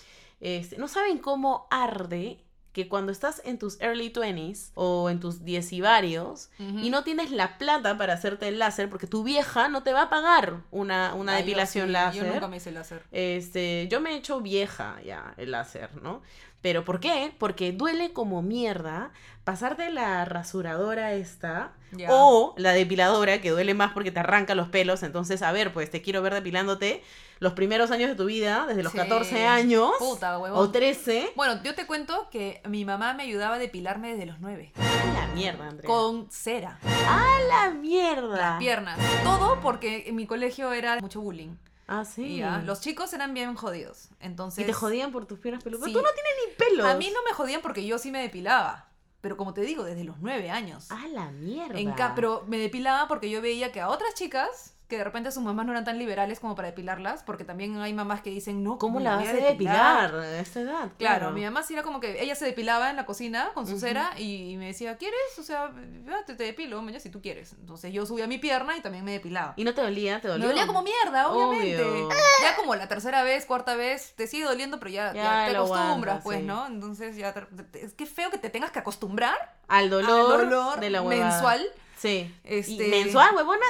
[SPEAKER 3] Este, no saben cómo arde que cuando estás en tus early 20s o en tus 10 y varios,
[SPEAKER 4] Ujú.
[SPEAKER 3] y no tienes la plata para hacerte el láser porque tu vieja no te va a pagar una, una
[SPEAKER 4] Ah, yo
[SPEAKER 3] depilación
[SPEAKER 4] sí,
[SPEAKER 3] láser.
[SPEAKER 4] Yo nunca me hice láser.
[SPEAKER 3] Este, yo me he hecho vieja ya el láser, ¿no? Pero ¿por qué? Porque duele como mierda pasarte la rasuradora esta
[SPEAKER 4] Ya.
[SPEAKER 3] o la depiladora que duele más porque te arranca los pelos, entonces a ver, pues te quiero ver depilándote los primeros años de tu vida, desde los
[SPEAKER 4] Sí.
[SPEAKER 3] 14 años
[SPEAKER 4] Puta, huevón.
[SPEAKER 3] o 13,
[SPEAKER 4] Bueno, yo te cuento que mi mamá me ayudaba a depilarme desde los nueve.
[SPEAKER 3] la mierda, Andrea.
[SPEAKER 4] Con cera.
[SPEAKER 3] la mierda.
[SPEAKER 4] Las piernas. Todo porque en mi colegio era mucho bullying.
[SPEAKER 3] Ah,
[SPEAKER 4] y
[SPEAKER 3] sí.
[SPEAKER 4] ya, Los chicos eran bien jodidos. Entonces.
[SPEAKER 3] Y te jodían por tus piernas peludas.
[SPEAKER 4] Sí.
[SPEAKER 3] Pero tú no tienes ni pelos.
[SPEAKER 4] A mí no me jodían porque yo sí me depilaba. Pero como te digo, desde los nueve años.
[SPEAKER 3] A la mierda.
[SPEAKER 4] En ca- pero me depilaba porque yo veía que a otras chicas, que de repente sus mamás no eran tan liberales como para depilarlas, porque también hay mamás que dicen, no,
[SPEAKER 3] ¿Cómo
[SPEAKER 4] me
[SPEAKER 3] la
[SPEAKER 4] voy
[SPEAKER 3] vas a
[SPEAKER 4] a depilar?
[SPEAKER 3] depilar a esta edad?
[SPEAKER 4] Claro, mi mamá sí era como que ella se depilaba en la cocina con su
[SPEAKER 3] Ujú.
[SPEAKER 4] cera y, y me decía, ¿quieres? O sea, ya te, te depilo, mañana si tú quieres. Entonces yo subía mi pierna y también me depilaba.
[SPEAKER 3] ¿Y no te dolía? ¿Te
[SPEAKER 4] Me
[SPEAKER 3] dolía?
[SPEAKER 4] dolía como mierda, obviamente.
[SPEAKER 3] Obvio.
[SPEAKER 4] Ya como la tercera vez, cuarta vez, te sigue doliendo, pero ya,
[SPEAKER 3] Ya
[SPEAKER 4] ya te
[SPEAKER 3] lo
[SPEAKER 4] acostumbras,
[SPEAKER 3] aguantas,
[SPEAKER 4] pues,
[SPEAKER 3] sí.
[SPEAKER 4] ¿no? Entonces ya... te- te- es que feo que te tengas que acostumbrar
[SPEAKER 3] Al dolor,
[SPEAKER 4] al dolor
[SPEAKER 3] de la huevada.
[SPEAKER 4] mensual.
[SPEAKER 3] Sí.
[SPEAKER 4] Este-
[SPEAKER 3] Y mensual, huevona.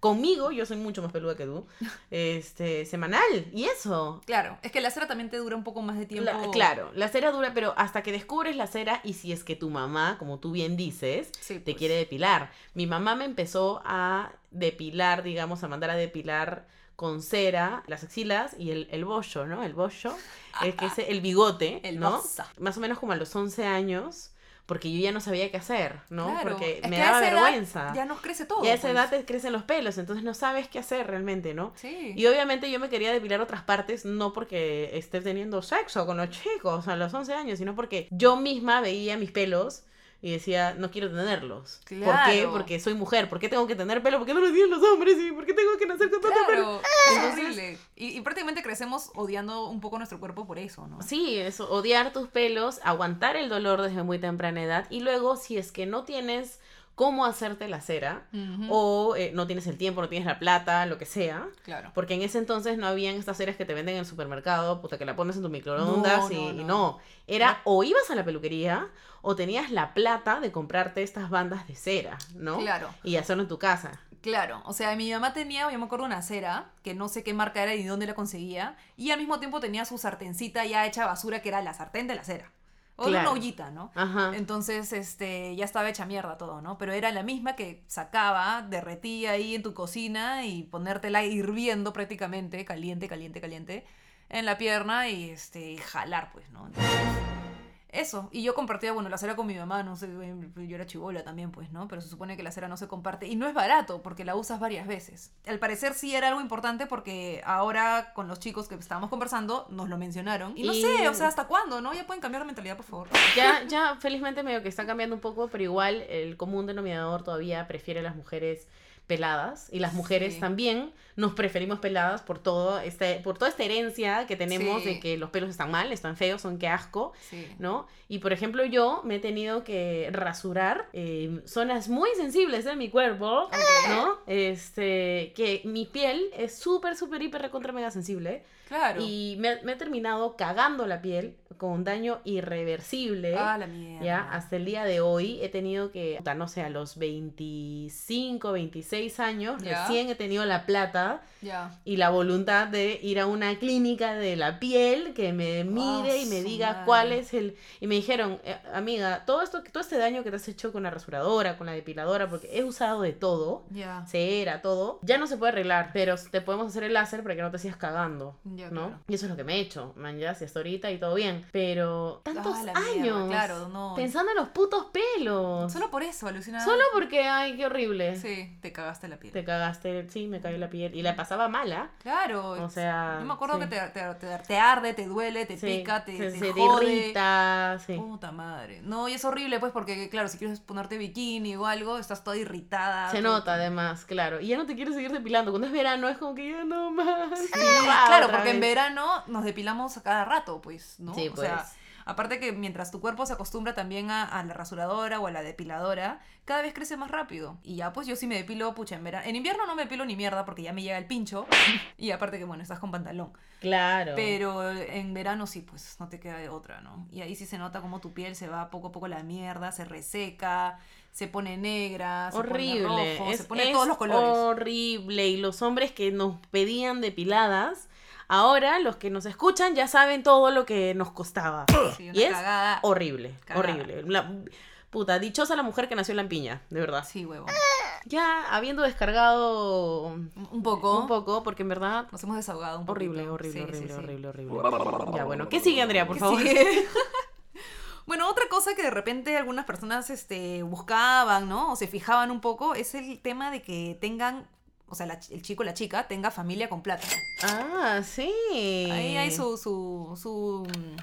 [SPEAKER 3] Conmigo, yo soy mucho más peluda que
[SPEAKER 4] <laughs>
[SPEAKER 3] tú. Este, semanal. Y eso.
[SPEAKER 4] Claro, es que la cera también te dura un poco más de tiempo.
[SPEAKER 3] La- claro, la cera dura, pero hasta que descubres la cera y si es que tu mamá, como tú bien dices,
[SPEAKER 4] Sí,
[SPEAKER 3] te
[SPEAKER 4] pues.
[SPEAKER 3] quiere depilar. Mi mamá me empezó a depilar, digamos, a mandar a depilar con cera las axilas y el, el bollo, ¿no? El bollo, el, que es el bigote,
[SPEAKER 4] <laughs> El
[SPEAKER 3] ¿no?
[SPEAKER 4] bozo.
[SPEAKER 3] Más o menos como a los 11 años, porque yo ya no sabía qué hacer, ¿no?
[SPEAKER 4] Claro,
[SPEAKER 3] Porque
[SPEAKER 4] es
[SPEAKER 3] me
[SPEAKER 4] que a
[SPEAKER 3] daba
[SPEAKER 4] esa edad
[SPEAKER 3] vergüenza.
[SPEAKER 4] Ya nos crece todo.
[SPEAKER 3] y a esa
[SPEAKER 4] pues.
[SPEAKER 3] edad te crecen los pelos, entonces no sabes qué hacer realmente, ¿no?
[SPEAKER 4] Sí.
[SPEAKER 3] Y obviamente yo me quería depilar otras partes, no porque esté teniendo sexo con los chicos a los 11 años, sino porque yo misma veía mis pelos y decía, no quiero tenerlos. ¿Por qué?
[SPEAKER 4] Claro.
[SPEAKER 3] Porque soy mujer. ¿Por qué tengo que tener pelo? ¿Por qué no lo tienen los hombres? ¿Y por qué tengo que nacer con tanto pelo?
[SPEAKER 4] Claro, es
[SPEAKER 3] Entonces-
[SPEAKER 4] horrible. Y, y prácticamente crecemos odiando un poco nuestro cuerpo por eso, ¿no?
[SPEAKER 3] Sí, eso, odiar tus pelos, aguantar el dolor desde muy temprana edad y luego si es que no tienes cómo hacerte la cera
[SPEAKER 4] Ujú.
[SPEAKER 3] o eh, no tienes el tiempo, no tienes la plata, lo que sea,
[SPEAKER 4] Claro.
[SPEAKER 3] Porque en ese entonces no habían estas ceras que te venden en el supermercado, puta que la pones en tu microondas
[SPEAKER 4] No,
[SPEAKER 3] y
[SPEAKER 4] no,
[SPEAKER 3] no.
[SPEAKER 4] no.
[SPEAKER 3] Era
[SPEAKER 4] No.
[SPEAKER 3] o ibas a la peluquería o tenías la plata de comprarte estas bandas de cera, ¿no?
[SPEAKER 4] Claro,
[SPEAKER 3] Y hacerlo en tu casa.
[SPEAKER 4] claro. O sea, mi mamá tenía, yo me acuerdo, una cera, que no sé qué marca era y dónde la conseguía, y al mismo tiempo tenía su sartencita ya hecha basura, que era la sartén de la cera. O era
[SPEAKER 3] Claro.
[SPEAKER 4] una ollita, ¿no?
[SPEAKER 3] Ajá.
[SPEAKER 4] Entonces, este, ya estaba hecha mierda todo, ¿no? Pero era la misma que sacaba, derretía ahí en tu cocina y ponértela hirviendo prácticamente, caliente, caliente, caliente, en la pierna y este, y jalar, pues, ¿no? Entonces, eso. Y yo compartía, bueno, la cera con mi mamá, no sé, yo era chivola también, pues, ¿no? Pero se supone que la cera no se comparte. Y no es barato, porque la usas varias veces. Al parecer sí era algo importante porque ahora con los chicos que estábamos conversando, nos lo mencionaron. Y no
[SPEAKER 3] Y-
[SPEAKER 4] sé, o sea, ¿hasta cuándo, no? Ya pueden cambiar la mentalidad, por favor.
[SPEAKER 3] Ya, ya, felizmente medio que está cambiando un poco, pero igual el común denominador todavía prefiere las mujeres peladas y las mujeres
[SPEAKER 4] Sí.
[SPEAKER 3] también nos preferimos peladas por todo este por toda esta herencia que tenemos
[SPEAKER 4] Sí.
[SPEAKER 3] de que los pelos están mal, están feos, son que asco,
[SPEAKER 4] Sí.
[SPEAKER 3] ¿no? Y por ejemplo yo me he tenido que rasurar eh, zonas muy sensibles de mi cuerpo, ¿no? Este, que mi piel es súper, súper, hiper, recontra, mega sensible
[SPEAKER 4] Claro.
[SPEAKER 3] y me, me he terminado cagando la piel con daño irreversible.
[SPEAKER 4] Ah, la mierda.
[SPEAKER 3] Ya, hasta el día de hoy he tenido que, puta, no sé, a los 25, 26 años,
[SPEAKER 4] Ya.
[SPEAKER 3] recién he tenido la plata
[SPEAKER 4] Ya.
[SPEAKER 3] y la voluntad de ir a una clínica de la piel que me mire y me
[SPEAKER 4] su
[SPEAKER 3] diga
[SPEAKER 4] madre.
[SPEAKER 3] cuál es el... Y me dijeron, "Eh, amiga, todo, esto, todo este daño que te has hecho con la rasuradora, con la depiladora, porque he usado de todo,
[SPEAKER 4] Ya.
[SPEAKER 3] cera, todo, ya no se puede arreglar, pero te podemos hacer el láser para que no te sigas cagando.
[SPEAKER 4] Ya,
[SPEAKER 3] ¿no?
[SPEAKER 4] claro.
[SPEAKER 3] Y eso es lo que me he hecho, man, ya, si hasta ahorita y todo bien. Pero tantos
[SPEAKER 4] Ah, la mierda,
[SPEAKER 3] años
[SPEAKER 4] claro, no.
[SPEAKER 3] pensando en los putos pelos. Solo,
[SPEAKER 4] Solo por eso, alucinada.
[SPEAKER 3] porque, ay, qué horrible.
[SPEAKER 4] Sí, te cagaste la piel.
[SPEAKER 3] Te cagaste, sí, me cayó la piel. Y la pasaba ¿ah? mala.
[SPEAKER 4] Claro.
[SPEAKER 3] O sea.
[SPEAKER 4] Yo me acuerdo
[SPEAKER 3] sí.
[SPEAKER 4] que te, te, te- te arde, te duele, te
[SPEAKER 3] Sí,
[SPEAKER 4] pica, te,
[SPEAKER 3] se,
[SPEAKER 4] te
[SPEAKER 3] se
[SPEAKER 4] jode.
[SPEAKER 3] irrita, sí.
[SPEAKER 4] Puta madre. No, y es horrible, pues, porque, claro, si quieres ponerte bikini o algo, estás toda irritada.
[SPEAKER 3] Se
[SPEAKER 4] todo-
[SPEAKER 3] nota además, claro. Y ya no te quieres seguir depilando. Cuando es verano es como que ya no más. <laughs>
[SPEAKER 4] Sí,
[SPEAKER 3] Guau,
[SPEAKER 4] Ah, claro,
[SPEAKER 3] otra
[SPEAKER 4] porque en
[SPEAKER 3] vez.
[SPEAKER 4] verano nos depilamos a cada rato, pues, ¿no?
[SPEAKER 3] Sí,
[SPEAKER 4] O sea,
[SPEAKER 3] pues.
[SPEAKER 4] aparte que mientras tu cuerpo se acostumbra también a, a la rasuradora o a la depiladora, cada vez crece más rápido. Y ya, pues, yo sí me depilo, pucha, en verano. En invierno no me depilo ni mierda porque ya me llega el pincho. <laughs> y aparte que, bueno, estás con pantalón.
[SPEAKER 3] Claro.
[SPEAKER 4] Pero en verano sí, pues no te queda de otra, ¿no? Y ahí sí se nota como tu piel se va poco a poco a la mierda, se reseca, se pone negra, se
[SPEAKER 3] horrible.
[SPEAKER 4] pone rojo,
[SPEAKER 3] es,
[SPEAKER 4] se pone
[SPEAKER 3] es
[SPEAKER 4] todos los colores.
[SPEAKER 3] horrible. Y los hombres que nos pedían depiladas, ahora los que nos escuchan ya saben todo lo que nos costaba.
[SPEAKER 4] Sí,
[SPEAKER 3] y es
[SPEAKER 4] cagada.
[SPEAKER 3] Horrible,
[SPEAKER 4] Cagada.
[SPEAKER 3] horrible. La- puta, dichosa la mujer que nació en Lampiña, de verdad.
[SPEAKER 4] Sí, huevo.
[SPEAKER 3] Ya habiendo descargado un
[SPEAKER 4] Un poco.
[SPEAKER 3] poco, porque en verdad...
[SPEAKER 4] Nos hemos desahogado un poco.
[SPEAKER 3] Horrible, horrible, horrible, horrible, horrible. Ya, bueno, ¿qué sigue, Andrea, por favor?
[SPEAKER 4] <laughs> Bueno, otra cosa que de repente algunas personas este, buscaban, ¿no? O se fijaban un poco, es el tema de que tengan, o sea, la ch- el chico o la chica tenga familia con plata.
[SPEAKER 3] <laughs> Ah, sí.
[SPEAKER 4] Ahí
[SPEAKER 3] Eh.
[SPEAKER 4] hay su, su, su, mm,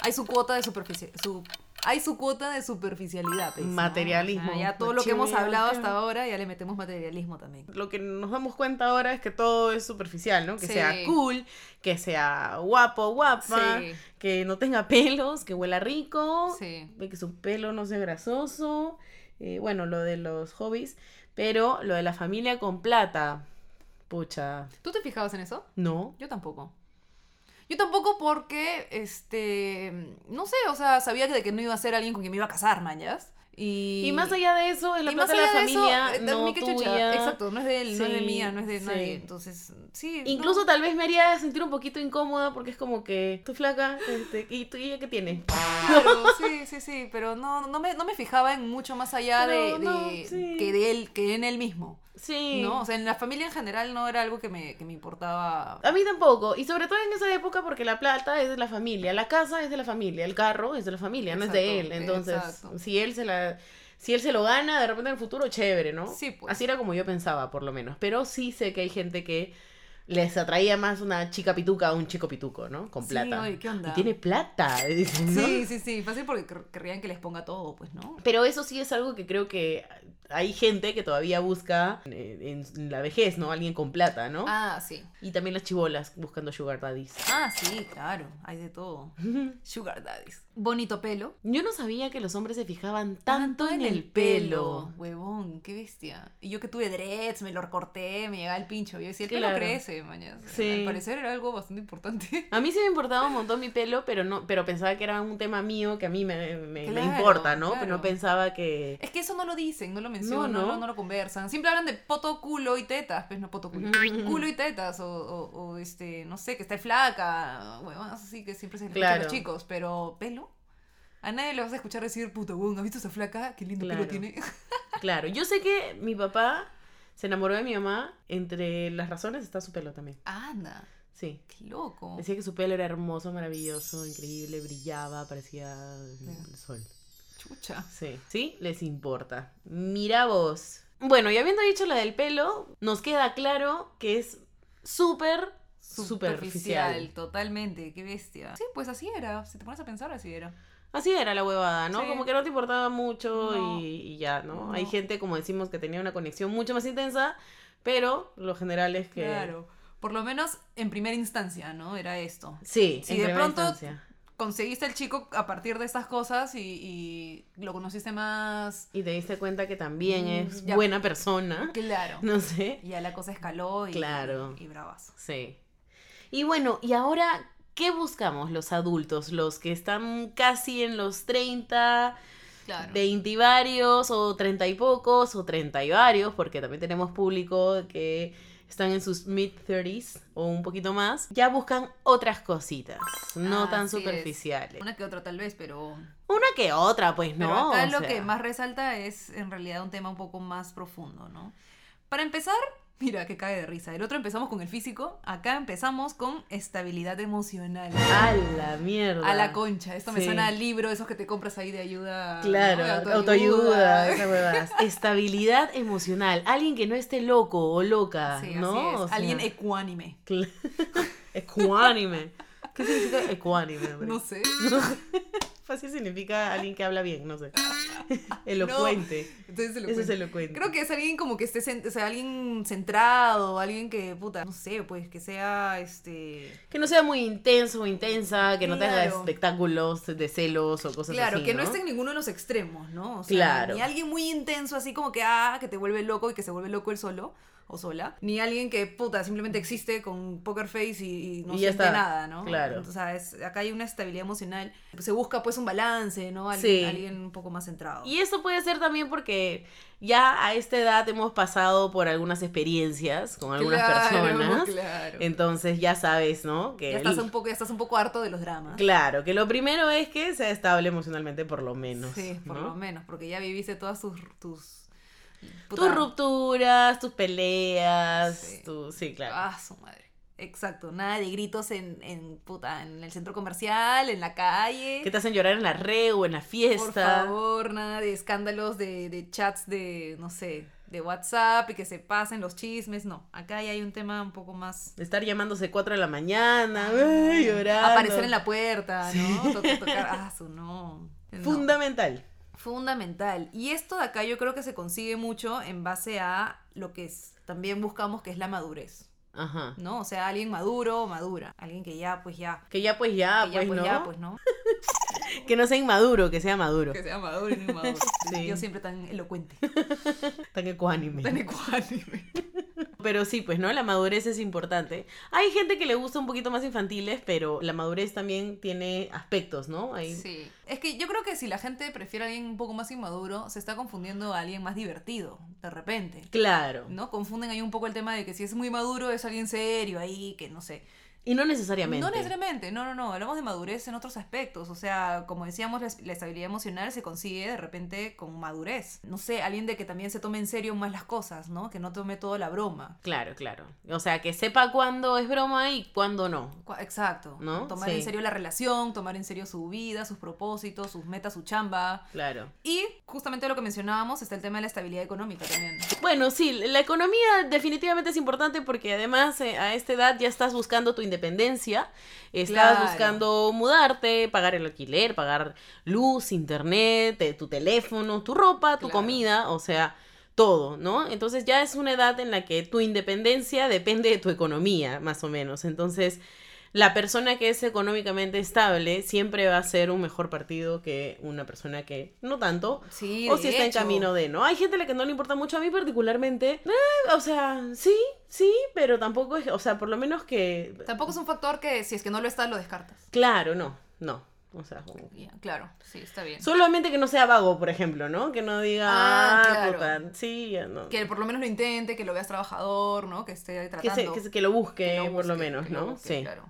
[SPEAKER 4] hay su cuota de superficialidad. Su, hay su cuota de superficialidad. pues, ¿no?
[SPEAKER 3] Materialismo.
[SPEAKER 4] O sea, ya todo lo que hemos
[SPEAKER 3] Material,
[SPEAKER 4] hablado hasta
[SPEAKER 3] claro.
[SPEAKER 4] ahora, ya le metemos materialismo también.
[SPEAKER 3] Lo que nos damos cuenta ahora es que todo es superficial, ¿no? Que
[SPEAKER 4] Sí.
[SPEAKER 3] sea cool, que sea guapo, guapa, que no tenga pelos, que huela rico,
[SPEAKER 4] sí.
[SPEAKER 3] de que su pelo no sea grasoso, eh, bueno, lo de los hobbies, pero lo de la familia con plata, pucha,
[SPEAKER 4] ¿Tú te fijabas en eso?
[SPEAKER 3] no.
[SPEAKER 4] Yo tampoco. Yo tampoco porque, este, no sé, o sea, sabía que de que no iba a ser alguien con quien me iba a casar, mañas. Y,
[SPEAKER 3] Y, más allá de eso, es la
[SPEAKER 4] y más
[SPEAKER 3] plata de la
[SPEAKER 4] allá de eso,
[SPEAKER 3] familia,
[SPEAKER 4] eh, a
[SPEAKER 3] no
[SPEAKER 4] mí qué chucha.
[SPEAKER 3] tuya.
[SPEAKER 4] Exacto, no es de él, no es de
[SPEAKER 3] Sí,
[SPEAKER 4] mía, no es de
[SPEAKER 3] sí.
[SPEAKER 4] nadie. Entonces, sí.
[SPEAKER 3] Incluso
[SPEAKER 4] no.
[SPEAKER 3] tal vez me haría sentir un poquito incómoda porque es como que tú flaca este, y tú y ella que tiene.
[SPEAKER 4] Claro, sí, sí, sí, pero no, no, me, no me fijaba en mucho más allá de,
[SPEAKER 3] Pero no,
[SPEAKER 4] de-
[SPEAKER 3] sí.
[SPEAKER 4] que de él, que en él mismo.
[SPEAKER 3] Sí.
[SPEAKER 4] ¿no? O sea, en la familia en general no era algo que me, que me importaba.
[SPEAKER 3] A mí tampoco, y sobre todo en esa época porque la plata es de la familia, la casa es de la familia, el carro es de la familia, no es de él.
[SPEAKER 4] Exacto,
[SPEAKER 3] Entonces,
[SPEAKER 4] exacto.
[SPEAKER 3] si él se la si él se lo gana, de repente en el futuro chévere, ¿no?
[SPEAKER 4] Sí, pues.
[SPEAKER 3] Así era como yo pensaba, por lo menos, pero sí sé que hay gente que les atraía más una chica pituca a un chico pituco, ¿no? Con
[SPEAKER 4] Sí,
[SPEAKER 3] plata.
[SPEAKER 4] oye, ¿qué onda?
[SPEAKER 3] Y tiene plata, <laughs> dicen, ¿no?
[SPEAKER 4] Sí, sí, sí, fácil porque quer- querrían que les ponga todo, pues, ¿no?
[SPEAKER 3] Pero eso sí es algo que creo que hay gente que todavía busca en, en la vejez, ¿no? Alguien con plata, ¿no?
[SPEAKER 4] Ah, sí.
[SPEAKER 3] Y también las chibolas buscando sugar daddies. <laughs>
[SPEAKER 4] Ah, sí, claro, hay de todo. Sugar daddies. Bonito pelo.
[SPEAKER 3] Yo no sabía que los hombres se fijaban tanto en el pelo.
[SPEAKER 4] Huevón, qué bestia. Y yo que tuve dreads, me lo recorté, me llegaba el pincho. Yo decía, el pelo
[SPEAKER 3] Claro.
[SPEAKER 4] crece, mañana.
[SPEAKER 3] Sí.
[SPEAKER 4] Al parecer era algo bastante importante. <laughs>
[SPEAKER 3] A mí sí me importaba un montón mi pelo, pero no, pero pensaba que era un tema mío que a mí me, me- me
[SPEAKER 4] Claro,
[SPEAKER 3] importa, ¿no? Pero
[SPEAKER 4] claro.
[SPEAKER 3] no pensaba que.
[SPEAKER 4] Es que eso no lo dicen, no lo mencionan,
[SPEAKER 3] No,
[SPEAKER 4] no,
[SPEAKER 3] no.
[SPEAKER 4] lo, no lo conversan. Siempre hablan de poto, culo y tetas, pues no poto, culo. culo y tetas, o, o- o, este, no sé, que está flaca, huevadas así que siempre se les escucha a
[SPEAKER 3] Claro.
[SPEAKER 4] los chicos, pero pelo. A nadie le vas a escuchar decir, puta, huevón, ¿has visto esa flaca? Qué lindo
[SPEAKER 3] Claro.
[SPEAKER 4] pelo tiene.
[SPEAKER 3] <laughs>
[SPEAKER 4] <laughs>
[SPEAKER 3] Claro, yo sé que mi papá se enamoró de mi mamá. Entre las razones está su pelo también.
[SPEAKER 4] Anda,
[SPEAKER 3] Sí.
[SPEAKER 4] qué loco.
[SPEAKER 3] Decía que su pelo era hermoso, maravilloso, increíble, brillaba, parecía el sol.
[SPEAKER 4] Chucha.
[SPEAKER 3] Sí, sí, les importa. Mira vos. Bueno, y habiendo dicho la del pelo, nos queda claro que es súper superficial.
[SPEAKER 4] totalmente, qué bestia. Sí, pues así era. Si te pones a pensar, así era.
[SPEAKER 3] Así era la huevada, ¿no?
[SPEAKER 4] Sí.
[SPEAKER 3] Como que no te importaba mucho
[SPEAKER 4] No.
[SPEAKER 3] y, y ya, ¿no? Hay
[SPEAKER 4] No.
[SPEAKER 3] gente, como decimos, que tenía una conexión mucho más intensa, pero lo general es que...
[SPEAKER 4] Claro. Por lo menos en primera instancia, ¿no? Era esto.
[SPEAKER 3] Sí,
[SPEAKER 4] Si
[SPEAKER 3] en
[SPEAKER 4] de
[SPEAKER 3] primera
[SPEAKER 4] pronto-
[SPEAKER 3] instancia.
[SPEAKER 4] Conseguiste al chico a partir de estas cosas y, y lo conociste más.
[SPEAKER 3] Y te diste cuenta que también
[SPEAKER 4] Mm,
[SPEAKER 3] es
[SPEAKER 4] ya.
[SPEAKER 3] buena persona,
[SPEAKER 4] Claro.
[SPEAKER 3] <laughs> no sé.
[SPEAKER 4] Y ya la cosa escaló y,
[SPEAKER 3] Claro.
[SPEAKER 4] y bravazo.
[SPEAKER 3] Sí. Y bueno, y ahora, ¿qué buscamos los adultos? Los que están casi en los 30,
[SPEAKER 4] Claro.
[SPEAKER 3] 20 y varios, o 30 y pocos, o 30 y varios, porque también tenemos público que están en sus mid-30s o un poquito más. Ya buscan otras cositas, no tan
[SPEAKER 4] Así es.
[SPEAKER 3] superficiales. Una...
[SPEAKER 4] Una que otra tal vez, pero,
[SPEAKER 3] que otra, pues
[SPEAKER 4] pero
[SPEAKER 3] no.
[SPEAKER 4] acá
[SPEAKER 3] o
[SPEAKER 4] lo
[SPEAKER 3] sea.
[SPEAKER 4] que más resalta es en realidad un tema un poco más profundo, ¿no? Para empezar, <laughs> mira que cae de risa. El otro empezamos con el físico, acá empezamos con estabilidad emocional.
[SPEAKER 3] A la mierda.
[SPEAKER 4] A la concha, esto me
[SPEAKER 3] Ah, Sí.
[SPEAKER 4] suena al libro, esos que te compras ahí de ayuda.
[SPEAKER 3] Claro,
[SPEAKER 4] ¿no? De <laughs>
[SPEAKER 3] autoayuda, esas huevadas. <laughs> Estabilidad emocional. Alguien que no esté loco o loca,
[SPEAKER 4] Sí,
[SPEAKER 3] ¿no?
[SPEAKER 4] así es.
[SPEAKER 3] O sea,
[SPEAKER 4] Alguien ecuánime.
[SPEAKER 3] cl- <laughs> ecuánime. ¿Qué significa ecuánime? hombre?
[SPEAKER 4] No sé.
[SPEAKER 3] <laughs> Fácil significa alguien que habla bien, no sé. <laughs> Elocuente.
[SPEAKER 4] Entonces se lo
[SPEAKER 3] Eso es
[SPEAKER 4] cuento.
[SPEAKER 3] elocuente.
[SPEAKER 4] Creo que es alguien como que esté, cen- o sea, alguien centrado, alguien que, puta, no sé, pues que sea, este...
[SPEAKER 3] Que no sea muy intenso o intensa, que no tenga
[SPEAKER 4] Claro.
[SPEAKER 3] espectáculos de celos o cosas
[SPEAKER 4] Claro,
[SPEAKER 3] así.
[SPEAKER 4] que no esté en ninguno de los extremos, ¿no? O sea,
[SPEAKER 3] Claro.
[SPEAKER 4] ni alguien muy intenso, así como que, ah, que te vuelve loco y que se vuelve loco él solo o sola. Ni alguien que, puta, simplemente existe con poker face y, y no
[SPEAKER 3] Y ya
[SPEAKER 4] siente
[SPEAKER 3] está.
[SPEAKER 4] nada, ¿no?
[SPEAKER 3] Claro.
[SPEAKER 4] O sea, es- acá hay una estabilidad emocional. Se busca, pues, un balance, ¿no? Alguien,
[SPEAKER 3] Sí.
[SPEAKER 4] alguien un poco más centrado.
[SPEAKER 3] Y eso puede ser también porque ya a esta edad hemos pasado por algunas experiencias con algunas
[SPEAKER 4] Claro,
[SPEAKER 3] personas.
[SPEAKER 4] Claro.
[SPEAKER 3] Entonces ya sabes, ¿no? Que
[SPEAKER 4] Ya estás,
[SPEAKER 3] el-
[SPEAKER 4] un poco, ya estás un poco harto de los dramas.
[SPEAKER 3] Claro, que lo primero es que sea estable emocionalmente por lo menos.
[SPEAKER 4] Sí, por
[SPEAKER 3] ¿no?
[SPEAKER 4] lo menos, porque ya viviste todas tus... tus puta-
[SPEAKER 3] Tus rupturas, tus peleas,
[SPEAKER 4] Sí.
[SPEAKER 3] tu- sí, claro.
[SPEAKER 4] Ah, su madre. Exacto, nada de gritos en, en, puta, en el centro comercial, en la calle.
[SPEAKER 3] Que te hacen llorar en la red o en la fiesta.
[SPEAKER 4] Por favor, nada de escándalos de, de chats de, no sé, de WhatsApp y que se pasen los chismes. No, acá ya hay un tema un poco más... Mm,
[SPEAKER 3] Estar llamándose 4 de la mañana, ay, llorando.
[SPEAKER 4] Ah, Aparecer en la puerta, ¿no? Tocar, tocar. Ah, su no. No.
[SPEAKER 3] Fundamental.
[SPEAKER 4] Fundamental. Y esto de acá yo creo que se consigue mucho en base a lo que es- también buscamos, que es la madurez,
[SPEAKER 3] Ajá.
[SPEAKER 4] ¿no? O sea, alguien maduro o madura. Alguien que ya, pues ya.
[SPEAKER 3] Que ya pues ya,
[SPEAKER 4] que ya,
[SPEAKER 3] pues, no.
[SPEAKER 4] ya, pues no.
[SPEAKER 3] Que no sea inmaduro, que sea maduro.
[SPEAKER 4] <laughs> Que sea maduro y no inmaduro.
[SPEAKER 3] Sí.
[SPEAKER 4] Yo siempre tan elocuente, <laughs>
[SPEAKER 3] Tan ecuánime.
[SPEAKER 4] tan ecuánime.
[SPEAKER 3] Pero sí, pues, ¿no? La madurez es importante. Hay gente que le gusta un poquito más infantiles, pero la madurez también tiene aspectos, ¿no? Hay...
[SPEAKER 4] Sí. Es que yo creo que si la gente prefiere a alguien un poco más inmaduro, se está confundiendo a alguien más divertido, de repente.
[SPEAKER 3] Claro.
[SPEAKER 4] ¿No? Confunden ahí un poco el tema de que si es muy maduro es alguien serio ahí, que no sé.
[SPEAKER 3] Y no necesariamente.
[SPEAKER 4] No necesariamente, no, no, no. Hablamos de madurez en otros aspectos. O sea, como decíamos, la, la estabilidad emocional se consigue de repente con madurez. No sé, alguien de que también se tome en serio más las cosas, ¿no? Que no tome todo la broma.
[SPEAKER 3] Claro, claro. O sea, que sepa cuándo es broma y cuándo no.
[SPEAKER 4] Cu- Exacto.
[SPEAKER 3] ¿No?
[SPEAKER 4] Tomar
[SPEAKER 3] Sí.
[SPEAKER 4] en serio la relación, tomar en serio su vida, sus propósitos, sus metas, su chamba.
[SPEAKER 3] Claro.
[SPEAKER 4] Y justamente lo que mencionábamos está el tema de la estabilidad económica también.
[SPEAKER 3] Bueno, sí, la economía definitivamente es importante porque además eh, a esta edad ya estás buscando tu independencia, estás
[SPEAKER 4] Claro.
[SPEAKER 3] buscando mudarte, pagar el alquiler, pagar luz, internet, eh, tu teléfono, tu ropa, tu
[SPEAKER 4] Claro.
[SPEAKER 3] comida, o sea, todo, ¿no? Entonces ya es una edad en la que tu independencia depende de tu economía, más o menos. Entonces, la persona que es económicamente estable siempre va a ser un mejor partido que una persona que no tanto,
[SPEAKER 4] Sí,
[SPEAKER 3] o
[SPEAKER 4] de
[SPEAKER 3] si está en
[SPEAKER 4] hecho.
[SPEAKER 3] camino de, ¿no? Hay gente a la que no le importa mucho, a mí particularmente. eh, o sea, sí, sí, pero tampoco es, o sea, por lo menos que...
[SPEAKER 4] Tampoco es un factor que si es que no lo está, lo descartas.
[SPEAKER 3] Claro, no, no. O sea, como-
[SPEAKER 4] Ya, claro, sí, está bien.
[SPEAKER 3] solamente que no sea vago, por ejemplo, ¿no? Que no diga,
[SPEAKER 4] Ah,
[SPEAKER 3] ah,
[SPEAKER 4] claro.
[SPEAKER 3] puta, sí, ya no.
[SPEAKER 4] Que por lo menos lo intente, que lo veas trabajador, ¿no? Que esté
[SPEAKER 3] Que,
[SPEAKER 4] tratando.
[SPEAKER 3] se- que se- que lo busque,
[SPEAKER 4] que
[SPEAKER 3] por lo
[SPEAKER 4] busque,
[SPEAKER 3] menos,
[SPEAKER 4] que
[SPEAKER 3] ¿no?
[SPEAKER 4] busque,
[SPEAKER 3] sí.
[SPEAKER 4] Claro.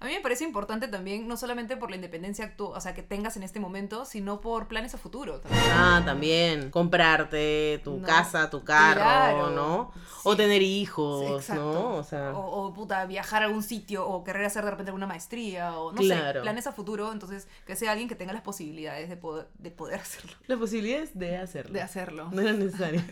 [SPEAKER 4] A mí me parece importante también, no solamente por la independencia actual, o sea, que tengas en este momento, sino por planes a futuro también.
[SPEAKER 3] Ah, también. Comprarte tu
[SPEAKER 4] No.
[SPEAKER 3] casa, tu carro,
[SPEAKER 4] Claro,
[SPEAKER 3] ¿no? O
[SPEAKER 4] sí.
[SPEAKER 3] tener
[SPEAKER 4] Sí,
[SPEAKER 3] hijos,
[SPEAKER 4] exacto.
[SPEAKER 3] Pues, ¿no? O sea,
[SPEAKER 4] o, o, puta, viajar a algún sitio o querer hacer de repente alguna maestría o no sé,
[SPEAKER 3] Claro.
[SPEAKER 4] planes a futuro, entonces que sea alguien que tenga las posibilidades de poder, de poder <laughs> hacerlo,
[SPEAKER 3] las posibilidades de hacerlo.
[SPEAKER 4] de hacerlo.
[SPEAKER 3] No era necesario.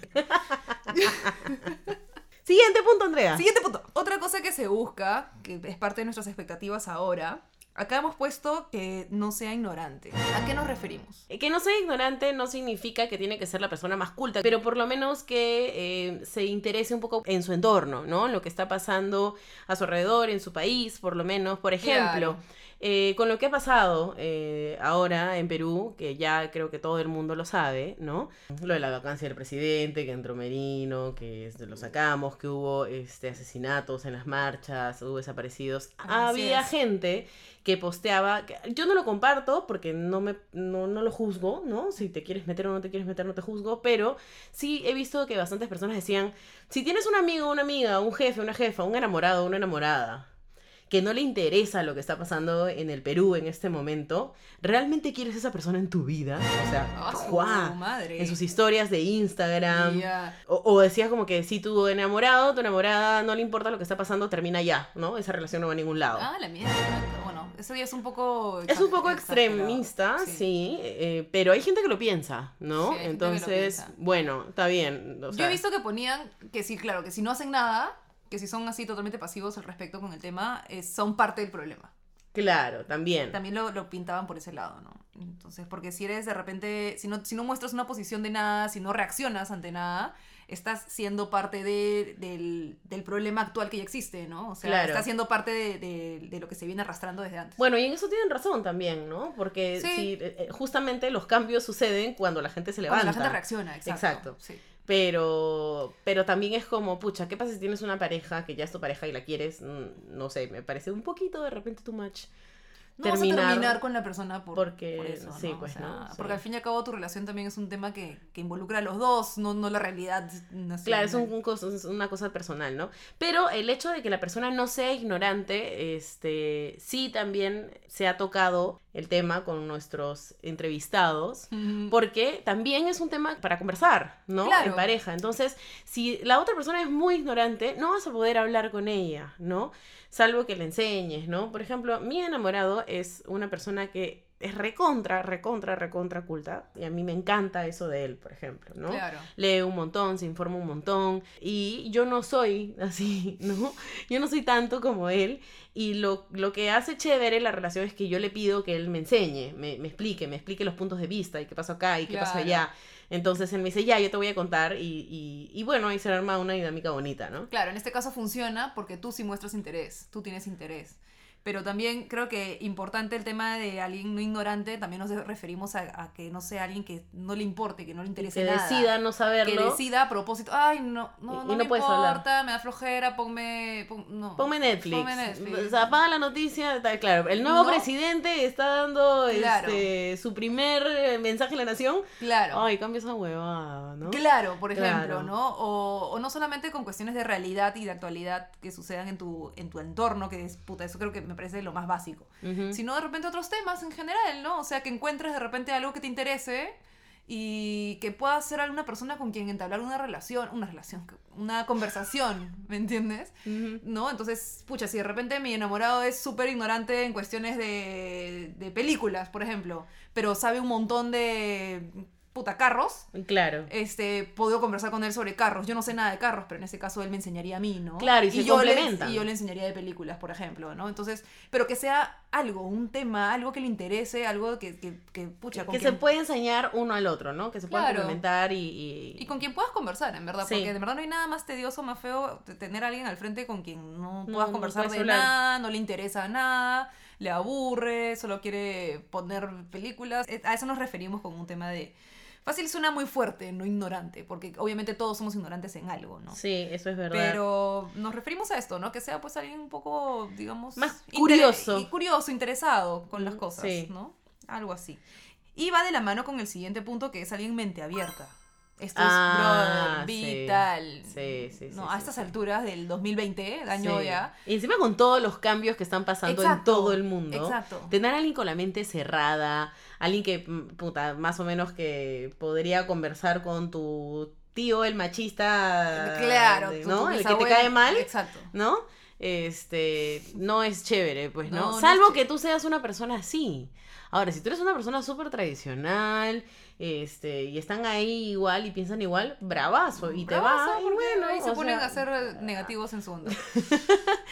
[SPEAKER 3] Siguiente punto, Andrea.
[SPEAKER 4] Siguiente punto. Otra cosa que se busca, que es parte de nuestras expectativas ahora, Acá hemos puesto que no sea ignorante. ¿A qué nos referimos?
[SPEAKER 3] Eh, Que no sea ignorante no significa que tiene que ser la persona más culta, pero por lo menos que eh, se interese un poco en su entorno, ¿no? Lo que está pasando a su alrededor, en su país, por lo menos. Por ejemplo,
[SPEAKER 4] Claro.
[SPEAKER 3] eh, con lo que ha pasado eh, ahora en Perú, que ya creo que todo el mundo lo sabe, ¿no? Lo de la vacancia del presidente, que entró Merino, que este, lo sacamos, que hubo este, asesinatos en las marchas, hubo desaparecidos.
[SPEAKER 4] Así
[SPEAKER 3] Había
[SPEAKER 4] es.
[SPEAKER 3] gente que posteaba, que- yo no lo comparto porque no, me, no, no lo juzgo, ¿no? Si te quieres meter o no te quieres meter, no te juzgo, pero sí he visto que bastantes personas decían, si tienes un amigo, una amiga, un jefe, una jefa, un enamorado, una enamorada, que no le interesa lo que está pasando en el Perú en este momento, ¿realmente quieres esa persona en tu vida? O sea,
[SPEAKER 4] Ah, su
[SPEAKER 3] ¡guau!
[SPEAKER 4] madre!
[SPEAKER 3] en sus historias de Instagram.
[SPEAKER 4] Ya.
[SPEAKER 3] O, o decías como que si tu enamorado, tu enamorada no le importa lo que está pasando, termina ya, ¿no? Esa relación no va a ningún lado.
[SPEAKER 4] Ah, la mierda. Bueno, eso ya es un poco...
[SPEAKER 3] Es un poco
[SPEAKER 4] exagerado.
[SPEAKER 3] extremista, sí, eh, pero hay gente que lo piensa, ¿no?
[SPEAKER 4] Sí, hay gente que lo
[SPEAKER 3] Entonces,
[SPEAKER 4] piensa.
[SPEAKER 3] bueno, está bien. o
[SPEAKER 4] Yo
[SPEAKER 3] sea,
[SPEAKER 4] he visto que ponían que sí, claro, que si no hacen nada, que si son así totalmente pasivos al respecto con el tema, eh, son parte del problema.
[SPEAKER 3] Claro, también.
[SPEAKER 4] También lo, lo pintaban por ese lado, ¿no? Entonces, porque si eres de repente, si no, si no muestras una posición de nada, si no reaccionas ante nada, estás siendo parte de- del, del problema actual que ya existe, ¿no? O sea,
[SPEAKER 3] Claro.
[SPEAKER 4] estás siendo parte de, de- de lo que se viene arrastrando desde antes.
[SPEAKER 3] Bueno, y en eso tienen razón también, ¿no? Porque
[SPEAKER 4] Sí.
[SPEAKER 3] si, eh, eh, justamente los cambios suceden cuando la gente se
[SPEAKER 4] Cuando
[SPEAKER 3] levanta.
[SPEAKER 4] la gente reacciona, exacto.
[SPEAKER 3] Exacto.
[SPEAKER 4] sí.
[SPEAKER 3] Pero, pero también es como, pucha, ¿qué pasa si tienes una pareja que ya es tu pareja y la quieres? Mm, No sé, me parece un poquito de repente too much.
[SPEAKER 4] No vas a
[SPEAKER 3] Terminar-
[SPEAKER 4] terminar con la persona por,
[SPEAKER 3] porque-
[SPEAKER 4] por eso,
[SPEAKER 3] sí,
[SPEAKER 4] ¿no? O
[SPEAKER 3] pues,
[SPEAKER 4] sea,
[SPEAKER 3] ¿no? Sí.
[SPEAKER 4] Porque al fin y al cabo tu relación también es un tema que, que involucra a los dos, no, no la realidad nacional.
[SPEAKER 3] Claro, es, un- un cos- es una cosa personal, ¿no? Pero el hecho de que la persona no sea ignorante, este, sí también se ha tocado el tema con nuestros entrevistados,
[SPEAKER 4] <laughs> Mm.
[SPEAKER 3] porque también es un tema para conversar, ¿no?
[SPEAKER 4] Claro.
[SPEAKER 3] En pareja. Entonces, si la otra persona es muy ignorante, no vas a poder hablar con ella, ¿no? Salvo que le enseñes, ¿no? Por ejemplo, mi enamorado es una persona que es recontra, recontra, recontra culta, y a mí me encanta eso de él, por ejemplo, ¿no?
[SPEAKER 4] Claro.
[SPEAKER 3] lee un montón, se informa un montón y yo no soy <laughs> así, ¿no? Yo no soy tanto como él y lo, lo que hace chévere la relación es que yo le pido que él me enseñe, me, me explique, me explique los puntos de vista y qué pasó acá y qué pasó
[SPEAKER 4] Claro.
[SPEAKER 3] allá. Entonces él me dice, ya, yo te voy a contar y, y, y bueno, ahí se arma una dinámica bonita, ¿no?
[SPEAKER 4] Claro, en este caso funciona porque tú sí muestras interés, tú tienes interés. Pero también creo que importante el tema de alguien no ignorante, también nos referimos a, a que no sea alguien que no le importe, que no le interese
[SPEAKER 3] Que
[SPEAKER 4] nada.
[SPEAKER 3] decida no
[SPEAKER 4] que
[SPEAKER 3] saberlo.
[SPEAKER 4] decida a propósito, ay, no,
[SPEAKER 3] Y-
[SPEAKER 4] no,
[SPEAKER 3] y
[SPEAKER 4] no,
[SPEAKER 3] no
[SPEAKER 4] me
[SPEAKER 3] puedes
[SPEAKER 4] importa,
[SPEAKER 3] hablar.
[SPEAKER 4] me da flojera, ponme, pon- no.
[SPEAKER 3] Ponme Netflix.
[SPEAKER 4] Ponme Netflix.
[SPEAKER 3] O sea, apaga la noticia. tal, Claro, el nuevo
[SPEAKER 4] No.
[SPEAKER 3] presidente está dando
[SPEAKER 4] Claro.
[SPEAKER 3] este, su primer eh, mensaje a la nación.
[SPEAKER 4] Claro.
[SPEAKER 3] Ay, cambia esa huevada, ¿no?
[SPEAKER 4] Claro, por ejemplo,
[SPEAKER 3] Claro.
[SPEAKER 4] ¿no? O, o no solamente con cuestiones de realidad y de actualidad que sucedan en tu, en tu entorno, que es puta, eso creo que me parece lo más básico.
[SPEAKER 3] Ujú.
[SPEAKER 4] sino de repente otros temas en general, ¿no? O sea, que encuentres de repente algo que te interese y que puedas ser alguna persona con quien entablar una relación, una relación, una conversación, ¿me entiendes?
[SPEAKER 3] Ujú.
[SPEAKER 4] ¿No? Entonces, pucha, si de repente mi enamorado es súper ignorante en cuestiones de, de películas, por ejemplo, pero sabe un montón de puta carros,
[SPEAKER 3] Claro.
[SPEAKER 4] este, puedo conversar con él sobre carros. Yo no sé nada de carros, pero en ese caso él me enseñaría a mí, ¿no?
[SPEAKER 3] Claro, y se
[SPEAKER 4] yo le-
[SPEAKER 3] complementan.
[SPEAKER 4] y yo le enseñaría de películas, por ejemplo, ¿no? Entonces, pero que sea algo, un tema, algo que le interese, algo que, que, que, pucha, con
[SPEAKER 3] que
[SPEAKER 4] quien,
[SPEAKER 3] se puede enseñar uno al otro, ¿no? Que se puedan
[SPEAKER 4] Claro.
[SPEAKER 3] complementar y, y-
[SPEAKER 4] Y con quien puedas conversar, en verdad,
[SPEAKER 3] Sí.
[SPEAKER 4] porque de verdad no hay nada más tedioso, más feo de tener a alguien al frente con quien no
[SPEAKER 3] No,
[SPEAKER 4] puedas
[SPEAKER 3] no
[SPEAKER 4] conversar
[SPEAKER 3] puedes
[SPEAKER 4] de
[SPEAKER 3] hablar.
[SPEAKER 4] nada, no le interesa nada, le aburre, solo quiere poner películas. Eh, A eso nos referimos con un tema de... Fácil suena muy fuerte, no ignorante, porque obviamente todos somos ignorantes en algo, ¿no?
[SPEAKER 3] Sí, eso es verdad.
[SPEAKER 4] Pero nos referimos a esto, ¿no? Que sea pues alguien un poco, digamos...
[SPEAKER 3] Más
[SPEAKER 4] inter-
[SPEAKER 3] curioso.
[SPEAKER 4] y curioso, interesado con las
[SPEAKER 3] Mm,
[SPEAKER 4] cosas,
[SPEAKER 3] sí.
[SPEAKER 4] ¿no? Algo así. Y va de la mano con el siguiente punto, que es alguien mente abierta. Esto
[SPEAKER 3] Ah,
[SPEAKER 4] es brother,
[SPEAKER 3] sí.
[SPEAKER 4] vital.
[SPEAKER 3] Sí, sí, sí,
[SPEAKER 4] No,
[SPEAKER 3] sí,
[SPEAKER 4] a estas
[SPEAKER 3] sí.
[SPEAKER 4] alturas del 2020,
[SPEAKER 3] Sí.
[SPEAKER 4] año ya.
[SPEAKER 3] Y encima con todos los cambios que están pasando en
[SPEAKER 4] Exacto,
[SPEAKER 3] todo el mundo.
[SPEAKER 4] Exacto.
[SPEAKER 3] Tener a alguien con la mente cerrada, alguien que, mm, puta, más o menos que podría conversar con tu tío, el machista.
[SPEAKER 4] Claro,
[SPEAKER 3] de-
[SPEAKER 4] tu-
[SPEAKER 3] ¿no?
[SPEAKER 4] tu
[SPEAKER 3] el que te
[SPEAKER 4] bisabuela-
[SPEAKER 3] cae mal.
[SPEAKER 4] Exacto.
[SPEAKER 3] ¿no? Este, no es chévere, pues, ¿no?
[SPEAKER 4] No, no es
[SPEAKER 3] Salvo que
[SPEAKER 4] chévere.
[SPEAKER 3] tú seas una persona así. Ahora, si tú eres una persona súper tradicional, este, y están ahí igual y piensan igual, bravazo, y te
[SPEAKER 4] Bravazo,
[SPEAKER 3] va, y
[SPEAKER 4] porque
[SPEAKER 3] bueno,
[SPEAKER 4] ahí se
[SPEAKER 3] o
[SPEAKER 4] ponen
[SPEAKER 3] sea, <laughs>
[SPEAKER 4] a ser eh, negativos en su onda.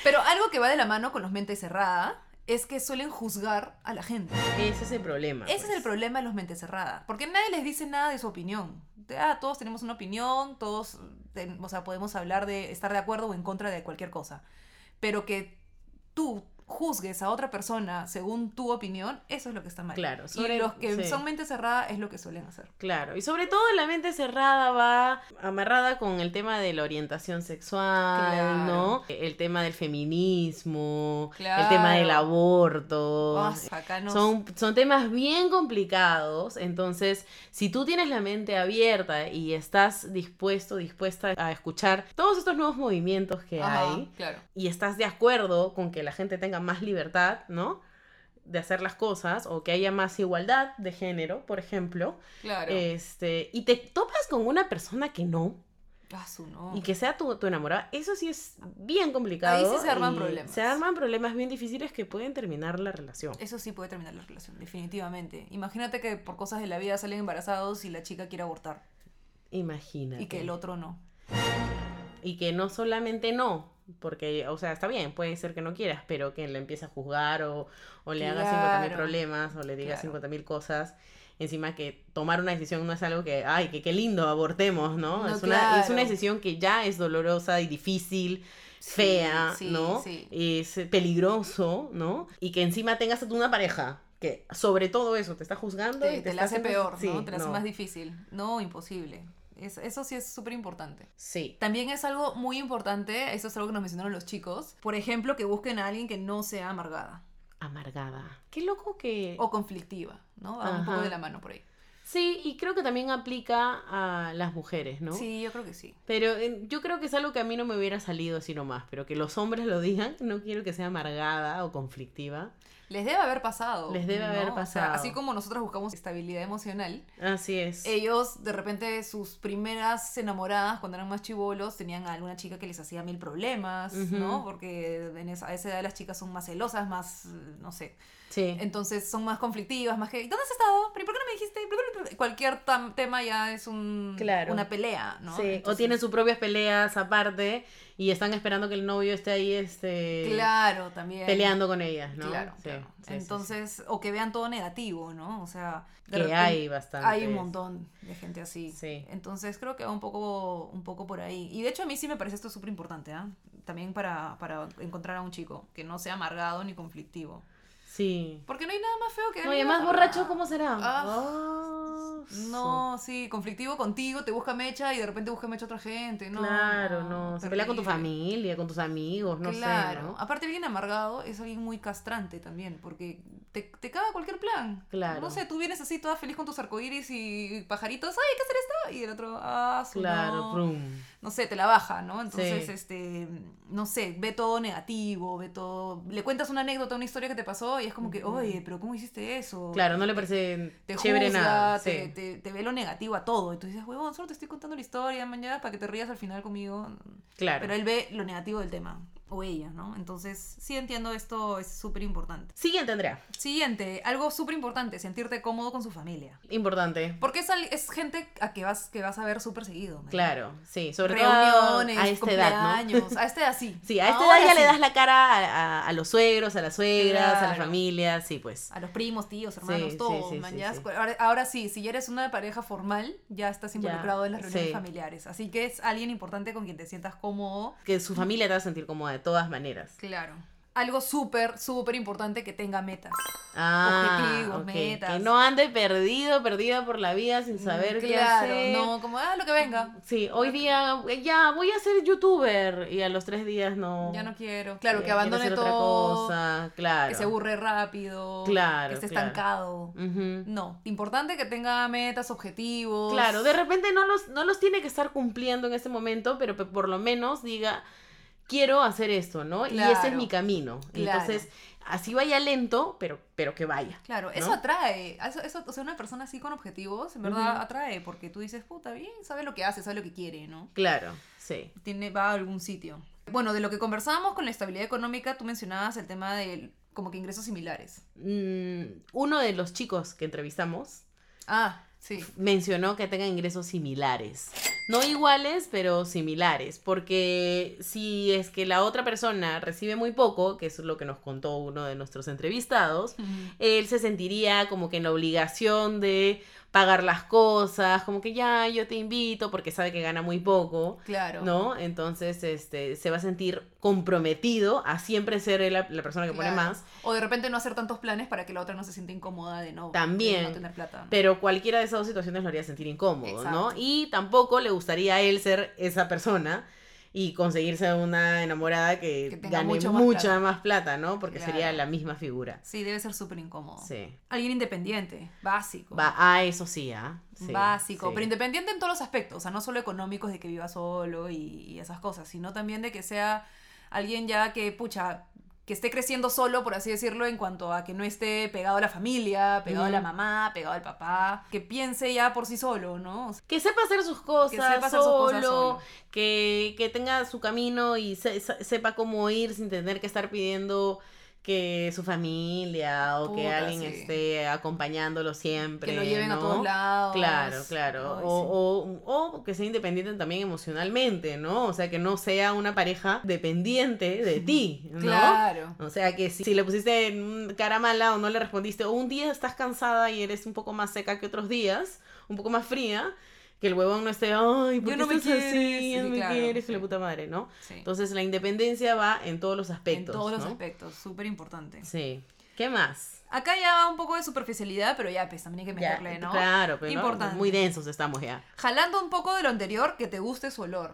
[SPEAKER 4] Pero algo que va de la mano con los mentes cerradas es que suelen juzgar a la gente.
[SPEAKER 3] Ese es el problema.
[SPEAKER 4] Ese es
[SPEAKER 3] pues.
[SPEAKER 4] el problema de los mentes cerradas, porque nadie les dice nada de su opinión. De, ah, todos tenemos una opinión, todos ten- o sea, podemos hablar de estar de acuerdo o en contra de cualquier cosa. Pero que tú juzgues a otra persona según tu opinión, eso es lo que está mal.
[SPEAKER 3] Claro,
[SPEAKER 4] y
[SPEAKER 3] sobre-
[SPEAKER 4] los que
[SPEAKER 3] sí.
[SPEAKER 4] son mente cerrada es lo que suelen hacer.
[SPEAKER 3] Claro, y sobre todo la mente cerrada va amarrada con el tema de la orientación sexual,
[SPEAKER 4] Claro.
[SPEAKER 3] ¿no? El tema del feminismo, el tema del
[SPEAKER 4] Claro.
[SPEAKER 3] aborto.
[SPEAKER 4] Ah, sacanos.
[SPEAKER 3] Son, son temas bien complicados, entonces si tú tienes la mente abierta y estás dispuesto, dispuesta a escuchar todos estos nuevos movimientos que
[SPEAKER 4] Ajá,
[SPEAKER 3] hay
[SPEAKER 4] Claro.
[SPEAKER 3] y estás de acuerdo con que la gente tenga más libertad, ¿no? De hacer las cosas o que haya más igualdad de género, por ejemplo,
[SPEAKER 4] Claro.
[SPEAKER 3] este, y te topas con una persona que no
[SPEAKER 4] Ah, su no.
[SPEAKER 3] y que sea tu, tu enamorada, eso sí es bien complicado.
[SPEAKER 4] Ahí sí se arman
[SPEAKER 3] y
[SPEAKER 4] problemas.
[SPEAKER 3] Se arman problemas bien difíciles que pueden terminar la relación.
[SPEAKER 4] Eso sí puede terminar la relación, definitivamente. Imagínate que por cosas de la vida salen embarazados y la chica quiere abortar
[SPEAKER 3] Imagínate.
[SPEAKER 4] y que el otro no.
[SPEAKER 3] Y que no solamente no, porque, o sea, está bien, puede ser que no quieras, pero que le empiece a juzgar o, o le haga 50.000
[SPEAKER 4] Claro.
[SPEAKER 3] problemas o le diga
[SPEAKER 4] Claro.
[SPEAKER 3] 50.000 cosas. Encima que tomar una decisión no es algo que, ay, que qué lindo, abortemos, ¿no?
[SPEAKER 4] No,
[SPEAKER 3] es, una, es una
[SPEAKER 4] claro.
[SPEAKER 3] decisión que ya es dolorosa y difícil,
[SPEAKER 4] Sí,
[SPEAKER 3] fea,
[SPEAKER 4] sí,
[SPEAKER 3] ¿no?
[SPEAKER 4] sí.
[SPEAKER 3] Es peligroso, ¿no? Y que encima tengas a tu una pareja que sobre todo eso te está juzgando
[SPEAKER 4] Te,
[SPEAKER 3] y te,
[SPEAKER 4] te
[SPEAKER 3] está
[SPEAKER 4] la hace
[SPEAKER 3] haciendo-
[SPEAKER 4] peor,
[SPEAKER 3] Sí,
[SPEAKER 4] ¿no? Te la hace
[SPEAKER 3] no.
[SPEAKER 4] más difícil. No, imposible. Es- eso sí es súper importante.
[SPEAKER 3] Sí.
[SPEAKER 4] También es algo muy importante, eso es algo que nos mencionaron los chicos, por ejemplo, que busquen a alguien que no sea amargada
[SPEAKER 3] Amargada. Qué loco que...
[SPEAKER 4] o conflictiva, ¿no? Va un poco
[SPEAKER 3] Ajá.
[SPEAKER 4] de la mano por ahí.
[SPEAKER 3] Sí, y creo que también aplica a las mujeres, ¿no?
[SPEAKER 4] Sí, yo creo que sí.
[SPEAKER 3] Pero eh, yo creo que es algo que a mí no me hubiera salido así nomás, pero que los hombres lo digan, <laughs> no quiero que sea amargada o conflictiva.
[SPEAKER 4] Les debe haber pasado.
[SPEAKER 3] Les debe haber
[SPEAKER 4] O sea,
[SPEAKER 3] pasado.
[SPEAKER 4] así como nosotros buscamos estabilidad emocional,
[SPEAKER 3] Así es.
[SPEAKER 4] ellos de repente sus primeras enamoradas cuando eran más chivolos tenían a alguna chica que les hacía mil problemas,
[SPEAKER 3] Ujú.
[SPEAKER 4] ¿no? Porque en esa, a esa edad las chicas son más celosas, más, eh, no sé,
[SPEAKER 3] sí.
[SPEAKER 4] entonces son más conflictivas, más que, ¿dónde has estado? ¿Pero ¿y por qué no me dijiste? ¿Pero por qué no-?" Cualquier tam- tema ya es un,
[SPEAKER 3] Claro.
[SPEAKER 4] una pelea, ¿no?
[SPEAKER 3] Sí, o
[SPEAKER 4] Entonces-
[SPEAKER 3] tienen sus propias peleas aparte y están esperando que el novio esté ahí este,
[SPEAKER 4] Claro, también.
[SPEAKER 3] peleando con ellas, ¿no?
[SPEAKER 4] Claro,
[SPEAKER 3] Sí,
[SPEAKER 4] claro.
[SPEAKER 3] sí, sí, sí.
[SPEAKER 4] Entonces, o que vean todo negativo, ¿no? O sea, de
[SPEAKER 3] Que
[SPEAKER 4] repente-
[SPEAKER 3] hay bastante.
[SPEAKER 4] Hay un montón de gente así.
[SPEAKER 3] Sí.
[SPEAKER 4] Entonces creo que va un poco, un poco por ahí. Y de hecho a mí sí me parece esto súper importante, ¿ah? También para, para encontrar a un chico que no sea amargado ni conflictivo.
[SPEAKER 3] Sí.
[SPEAKER 4] Porque no hay nada más feo que...
[SPEAKER 3] No, y
[SPEAKER 4] alguien
[SPEAKER 3] además
[SPEAKER 4] amargado.
[SPEAKER 3] borracho, ¿cómo será?
[SPEAKER 4] Ah,
[SPEAKER 3] Oh, su-
[SPEAKER 4] No, sí, conflictivo contigo, te busca mecha y de repente busca mecha a otra gente, ¿no?
[SPEAKER 3] claro, no. Se pelea con tu
[SPEAKER 4] terrible.
[SPEAKER 3] familia, con tus amigos, no
[SPEAKER 4] claro.
[SPEAKER 3] sé. ¿no?
[SPEAKER 4] Aparte, alguien amargado es alguien muy castrante también, porque te, te caga cualquier plan.
[SPEAKER 3] Claro.
[SPEAKER 4] No sé, tú vienes así toda feliz con tus arcoíris y pajaritos, ¡ay, hay que hacer esto! Y el otro, ¡ah, su
[SPEAKER 3] Claro,
[SPEAKER 4] no".
[SPEAKER 3] prum.
[SPEAKER 4] No sé, te la baja, ¿no? Entonces,
[SPEAKER 3] Sí.
[SPEAKER 4] este, no sé, ve todo negativo, ve todo... Le cuentas una anécdota, una historia que te pasó y es como que,
[SPEAKER 3] Ujú.
[SPEAKER 4] oye, pero ¿cómo hiciste eso?
[SPEAKER 3] Claro, no le parece
[SPEAKER 4] Te
[SPEAKER 3] chévere
[SPEAKER 4] juzga,
[SPEAKER 3] nada.
[SPEAKER 4] te,
[SPEAKER 3] sí.
[SPEAKER 4] te- te ve lo negativo a todo. Y tú dices, huevón, solo te estoy contando la historia, mañana para que te rías al final conmigo.
[SPEAKER 3] Claro.
[SPEAKER 4] Pero él ve lo negativo del tema, o ella, ¿no? Entonces, sí entiendo, esto es súper importante.
[SPEAKER 3] Siguiente, Andrea.
[SPEAKER 4] Siguiente, algo súper importante, sentirte cómodo con su familia.
[SPEAKER 3] Importante.
[SPEAKER 4] Porque es, al- es gente a que vas, que vas a ver súper seguido. ¿no?
[SPEAKER 3] Claro, sí. Sobre
[SPEAKER 4] Reuniones,
[SPEAKER 3] todo a esta edad, ¿no? <laughs>
[SPEAKER 4] cumpleaños, a esta edad sí.
[SPEAKER 3] Sí, a esta
[SPEAKER 4] Ahora
[SPEAKER 3] edad ya
[SPEAKER 4] sí.
[SPEAKER 3] le das la cara a, a- a los suegros, a las suegras, a la
[SPEAKER 4] Claro.
[SPEAKER 3] familia, sí, pues.
[SPEAKER 4] A los primos, tíos, hermanos,
[SPEAKER 3] Sí,
[SPEAKER 4] todo.
[SPEAKER 3] sí, sí,
[SPEAKER 4] man,
[SPEAKER 3] sí,
[SPEAKER 4] ya
[SPEAKER 3] sí.
[SPEAKER 4] es- Ahora, ahora sí, si ya eres una pareja formal, ya estás involucrado en las reuniones
[SPEAKER 3] sí.
[SPEAKER 4] familiares. Así que es alguien importante con quien te sientas cómodo.
[SPEAKER 3] Que su familia te va a sentir cómoda de todas maneras.
[SPEAKER 4] Claro. Algo súper, súper importante que tenga metas.
[SPEAKER 3] Ah,
[SPEAKER 4] Objetivos,
[SPEAKER 3] ok.
[SPEAKER 4] metas.
[SPEAKER 3] Que no ande perdido, perdida por la vida sin saber qué
[SPEAKER 4] Mm, Claro,
[SPEAKER 3] hacer.
[SPEAKER 4] no, como, ah, lo que venga.
[SPEAKER 3] Sí, hoy día eh, ya voy a ser youtuber y a los tres días no.
[SPEAKER 4] Ya no quiero. Claro, que
[SPEAKER 3] quiere
[SPEAKER 4] abandone
[SPEAKER 3] hacer otra
[SPEAKER 4] todo.
[SPEAKER 3] cosa, claro.
[SPEAKER 4] Que se aburre rápido.
[SPEAKER 3] Claro,
[SPEAKER 4] Que esté
[SPEAKER 3] claro.
[SPEAKER 4] estancado.
[SPEAKER 3] Ujú.
[SPEAKER 4] No. Importante que tenga metas, objetivos.
[SPEAKER 3] Claro, de repente no los, no los tiene que estar cumpliendo en este momento, pero pe- por lo menos diga, quiero hacer esto, ¿no? Y ese es
[SPEAKER 4] Claro.
[SPEAKER 3] mi camino.
[SPEAKER 4] Claro.
[SPEAKER 3] Entonces, así vaya lento, pero, pero que vaya.
[SPEAKER 4] Claro,
[SPEAKER 3] ¿no?
[SPEAKER 4] eso atrae. Eso, eso- o sea, una persona así con objetivos, en verdad,
[SPEAKER 3] Ujú.
[SPEAKER 4] atrae. Porque tú dices, puta, bien, sabe lo que hace, sabe lo que quiere, ¿no?
[SPEAKER 3] Claro, sí.
[SPEAKER 4] tiene, va a algún sitio. Bueno, de lo que conversábamos con la estabilidad económica, tú mencionabas el tema de como que ingresos similares.
[SPEAKER 3] Mm, uno de los chicos que entrevistamos
[SPEAKER 4] Ah, sí.
[SPEAKER 3] mencionó que tenga ingresos similares. No iguales, pero similares, porque si es que la otra persona recibe muy poco, que eso es lo que nos contó uno de nuestros entrevistados, él se sentiría como que en la obligación de pagar las cosas, como que ya yo te invito porque sabe que gana muy poco,
[SPEAKER 4] <laughs> Claro.
[SPEAKER 3] ¿no? Entonces este, se va a sentir comprometido a siempre ser él la, la persona que pone
[SPEAKER 4] Claro.
[SPEAKER 3] más.
[SPEAKER 4] O de repente no hacer tantos planes para que la otra no se sienta incómoda de no, de
[SPEAKER 3] También.
[SPEAKER 4] no tener plata. ¿no?
[SPEAKER 3] Pero cualquiera de esas dos situaciones lo haría sentir incómodo, ¿no?
[SPEAKER 4] Exacto.
[SPEAKER 3] Y tampoco le gustaría a él ser esa persona y conseguirse una enamorada que,
[SPEAKER 4] Que tenga
[SPEAKER 3] gane
[SPEAKER 4] mucho más
[SPEAKER 3] mucha
[SPEAKER 4] plata.
[SPEAKER 3] más plata, ¿no? Porque sería
[SPEAKER 4] Claro.
[SPEAKER 3] la misma figura.
[SPEAKER 4] Sí, debe ser súper incómodo.
[SPEAKER 3] Sí.
[SPEAKER 4] Alguien independiente, básico.
[SPEAKER 3] Va, ah, eso sí, ¿ah? Sí,
[SPEAKER 4] básico,
[SPEAKER 3] sí.
[SPEAKER 4] pero independiente en todos los aspectos, o sea, no solo económicos de que viva solo y, y esas cosas, sino también de que sea alguien ya que, pucha, que esté creciendo solo, por así decirlo, en cuanto a que no esté pegado a la familia, pegado a la
[SPEAKER 3] Ujú.
[SPEAKER 4] mamá, pegado al papá, que piense ya por sí solo, ¿no? O sea,
[SPEAKER 3] Que sepa hacer sus cosas,
[SPEAKER 4] que sepa hacer sus
[SPEAKER 3] solo,
[SPEAKER 4] cosas solo.
[SPEAKER 3] Que, que tenga su camino y se- se- sepa cómo ir sin tener que estar pidiendo que su familia o que
[SPEAKER 4] Puta,
[SPEAKER 3] alguien
[SPEAKER 4] sí.
[SPEAKER 3] esté acompañándolo siempre.
[SPEAKER 4] Que lo lleven a
[SPEAKER 3] ¿no?
[SPEAKER 4] todos lados.
[SPEAKER 3] Claro, claro.
[SPEAKER 4] Ay, sí.
[SPEAKER 3] o, o- o que sea independiente también emocionalmente, ¿no? O sea, que no sea una pareja dependiente
[SPEAKER 4] <laughs>
[SPEAKER 3] de ti, ¿no?
[SPEAKER 4] Claro.
[SPEAKER 3] O sea, que si, si le pusiste mm, cara mala o no le respondiste, o un día estás cansada y eres un poco más seca que otros días, un poco más fría, que el huevón no esté, ay, ¿por
[SPEAKER 4] Yo
[SPEAKER 3] qué
[SPEAKER 4] no me
[SPEAKER 3] estás
[SPEAKER 4] quieres",
[SPEAKER 3] así? Ya no
[SPEAKER 4] sí,
[SPEAKER 3] me
[SPEAKER 4] claro,
[SPEAKER 3] quieres, que la
[SPEAKER 4] sí.
[SPEAKER 3] puta madre, ¿no?
[SPEAKER 4] sí.
[SPEAKER 3] Entonces, la independencia va en todos los
[SPEAKER 4] en
[SPEAKER 3] aspectos,
[SPEAKER 4] todos los
[SPEAKER 3] ¿no?
[SPEAKER 4] aspectos, súper importante.
[SPEAKER 3] Sí. ¿Qué más?
[SPEAKER 4] Acá ya va un poco de superficialidad, pero ya, pues también hay que
[SPEAKER 3] Ya,
[SPEAKER 4] meterle, ¿no?
[SPEAKER 3] Claro, pero
[SPEAKER 4] Importante.
[SPEAKER 3] muy densos estamos ya.
[SPEAKER 4] Jalando un poco de lo anterior, que te guste su olor.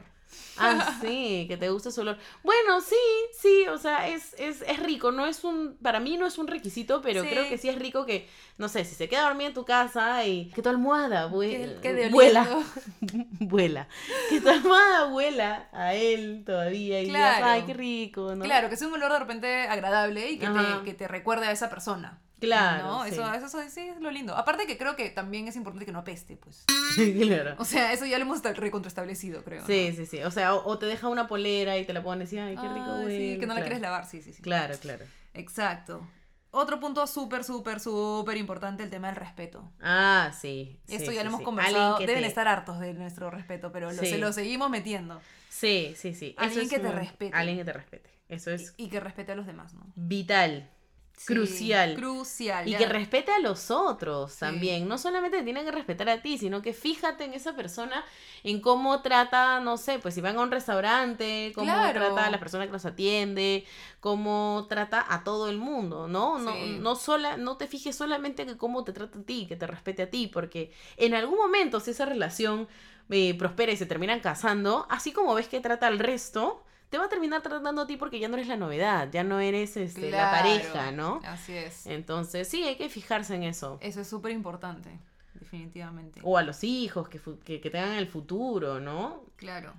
[SPEAKER 3] Ah, sí, que te guste su olor. Bueno, sí, sí, o sea, es, es, es rico, no es un, para mí no es un requisito, pero
[SPEAKER 4] Sí.
[SPEAKER 3] creo que sí es rico que, no sé, si se queda dormida en tu casa y que tu almohada
[SPEAKER 4] Que-
[SPEAKER 3] vue-
[SPEAKER 4] que de
[SPEAKER 3] vuela,
[SPEAKER 4] oliendo.
[SPEAKER 3] <laughs> vuela, que tu almohada vuela a él todavía y digas,
[SPEAKER 4] Claro.
[SPEAKER 3] ay, qué rico, ¿no?
[SPEAKER 4] Claro, que sea un olor de repente agradable y que,
[SPEAKER 3] Ajá.
[SPEAKER 4] te, que te recuerde a esa persona.
[SPEAKER 3] Claro,
[SPEAKER 4] ¿no?
[SPEAKER 3] sí.
[SPEAKER 4] Eso, eso, sí- sí es lo lindo. Aparte que creo que también es importante que no apeste, pues.
[SPEAKER 3] Claro.
[SPEAKER 4] O sea, eso ya lo hemos recontraestablecido, creo. ¿no?
[SPEAKER 3] Sí, sí, sí, o sea, o, o te deja una polera y te la pones y, ay, qué rico,
[SPEAKER 4] Ah,
[SPEAKER 3] huele",
[SPEAKER 4] sí, que no la
[SPEAKER 3] claro.
[SPEAKER 4] quieres lavar, sí, sí, sí.
[SPEAKER 3] Claro, claro.
[SPEAKER 4] Exacto. Otro punto súper, súper, súper importante, el tema del respeto.
[SPEAKER 3] Ah, sí. sí,
[SPEAKER 4] Esto ya
[SPEAKER 3] sí,
[SPEAKER 4] lo hemos
[SPEAKER 3] sí.
[SPEAKER 4] conversado.
[SPEAKER 3] Alguien que
[SPEAKER 4] Deben
[SPEAKER 3] te-
[SPEAKER 4] estar hartos de nuestro respeto, pero lo,
[SPEAKER 3] Sí.
[SPEAKER 4] se lo seguimos metiendo.
[SPEAKER 3] Sí, sí, sí. Eso
[SPEAKER 4] Alguien
[SPEAKER 3] es
[SPEAKER 4] que te
[SPEAKER 3] un-
[SPEAKER 4] respete.
[SPEAKER 3] Alguien que te respete. Eso es
[SPEAKER 4] Y, y que respete a los demás, ¿no?
[SPEAKER 3] vital.
[SPEAKER 4] Sí,
[SPEAKER 3] Crucial.
[SPEAKER 4] Crucial.
[SPEAKER 3] Y
[SPEAKER 4] ya.
[SPEAKER 3] que respete a los otros también.
[SPEAKER 4] Sí.
[SPEAKER 3] No solamente te tienen que respetar a ti, sino que fíjate en esa persona, en cómo trata, no sé, pues si van a un restaurante, cómo
[SPEAKER 4] Claro.
[SPEAKER 3] trata a la persona que los atiende, cómo trata a todo el mundo, ¿no? No,
[SPEAKER 4] Sí.
[SPEAKER 3] no, sola, no te fijes solamente en cómo te trata a ti, que te respete a ti, porque en algún momento si esa relación eh, prospera y se terminan casando, así como ves que trata al resto, te va a terminar tratando a ti porque ya no eres la novedad, ya no eres este, la
[SPEAKER 4] Claro,
[SPEAKER 3] pareja, ¿no?
[SPEAKER 4] Así es.
[SPEAKER 3] Eh. Entonces, sí, hay que fijarse en eso.
[SPEAKER 4] Eso es súper importante, definitivamente.
[SPEAKER 3] O a los hijos que, fu- que, que tengan el futuro, ¿no?
[SPEAKER 4] Claro.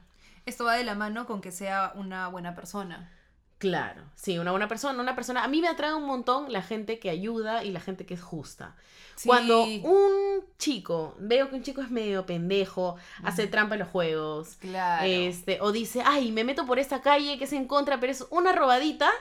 [SPEAKER 4] Esto va de la mano con que sea una buena persona.
[SPEAKER 3] Claro, sí, una buena persona, una persona. A mí me atrae un montón la gente que ayuda y la gente que es justa.
[SPEAKER 4] Sí,
[SPEAKER 3] Cuando un chico, veo que un chico es medio pendejo, hace trampa en los juegos,
[SPEAKER 4] Claro.
[SPEAKER 3] este, o dice, ay, me meto por esta calle que es en contra, pero es una robadita,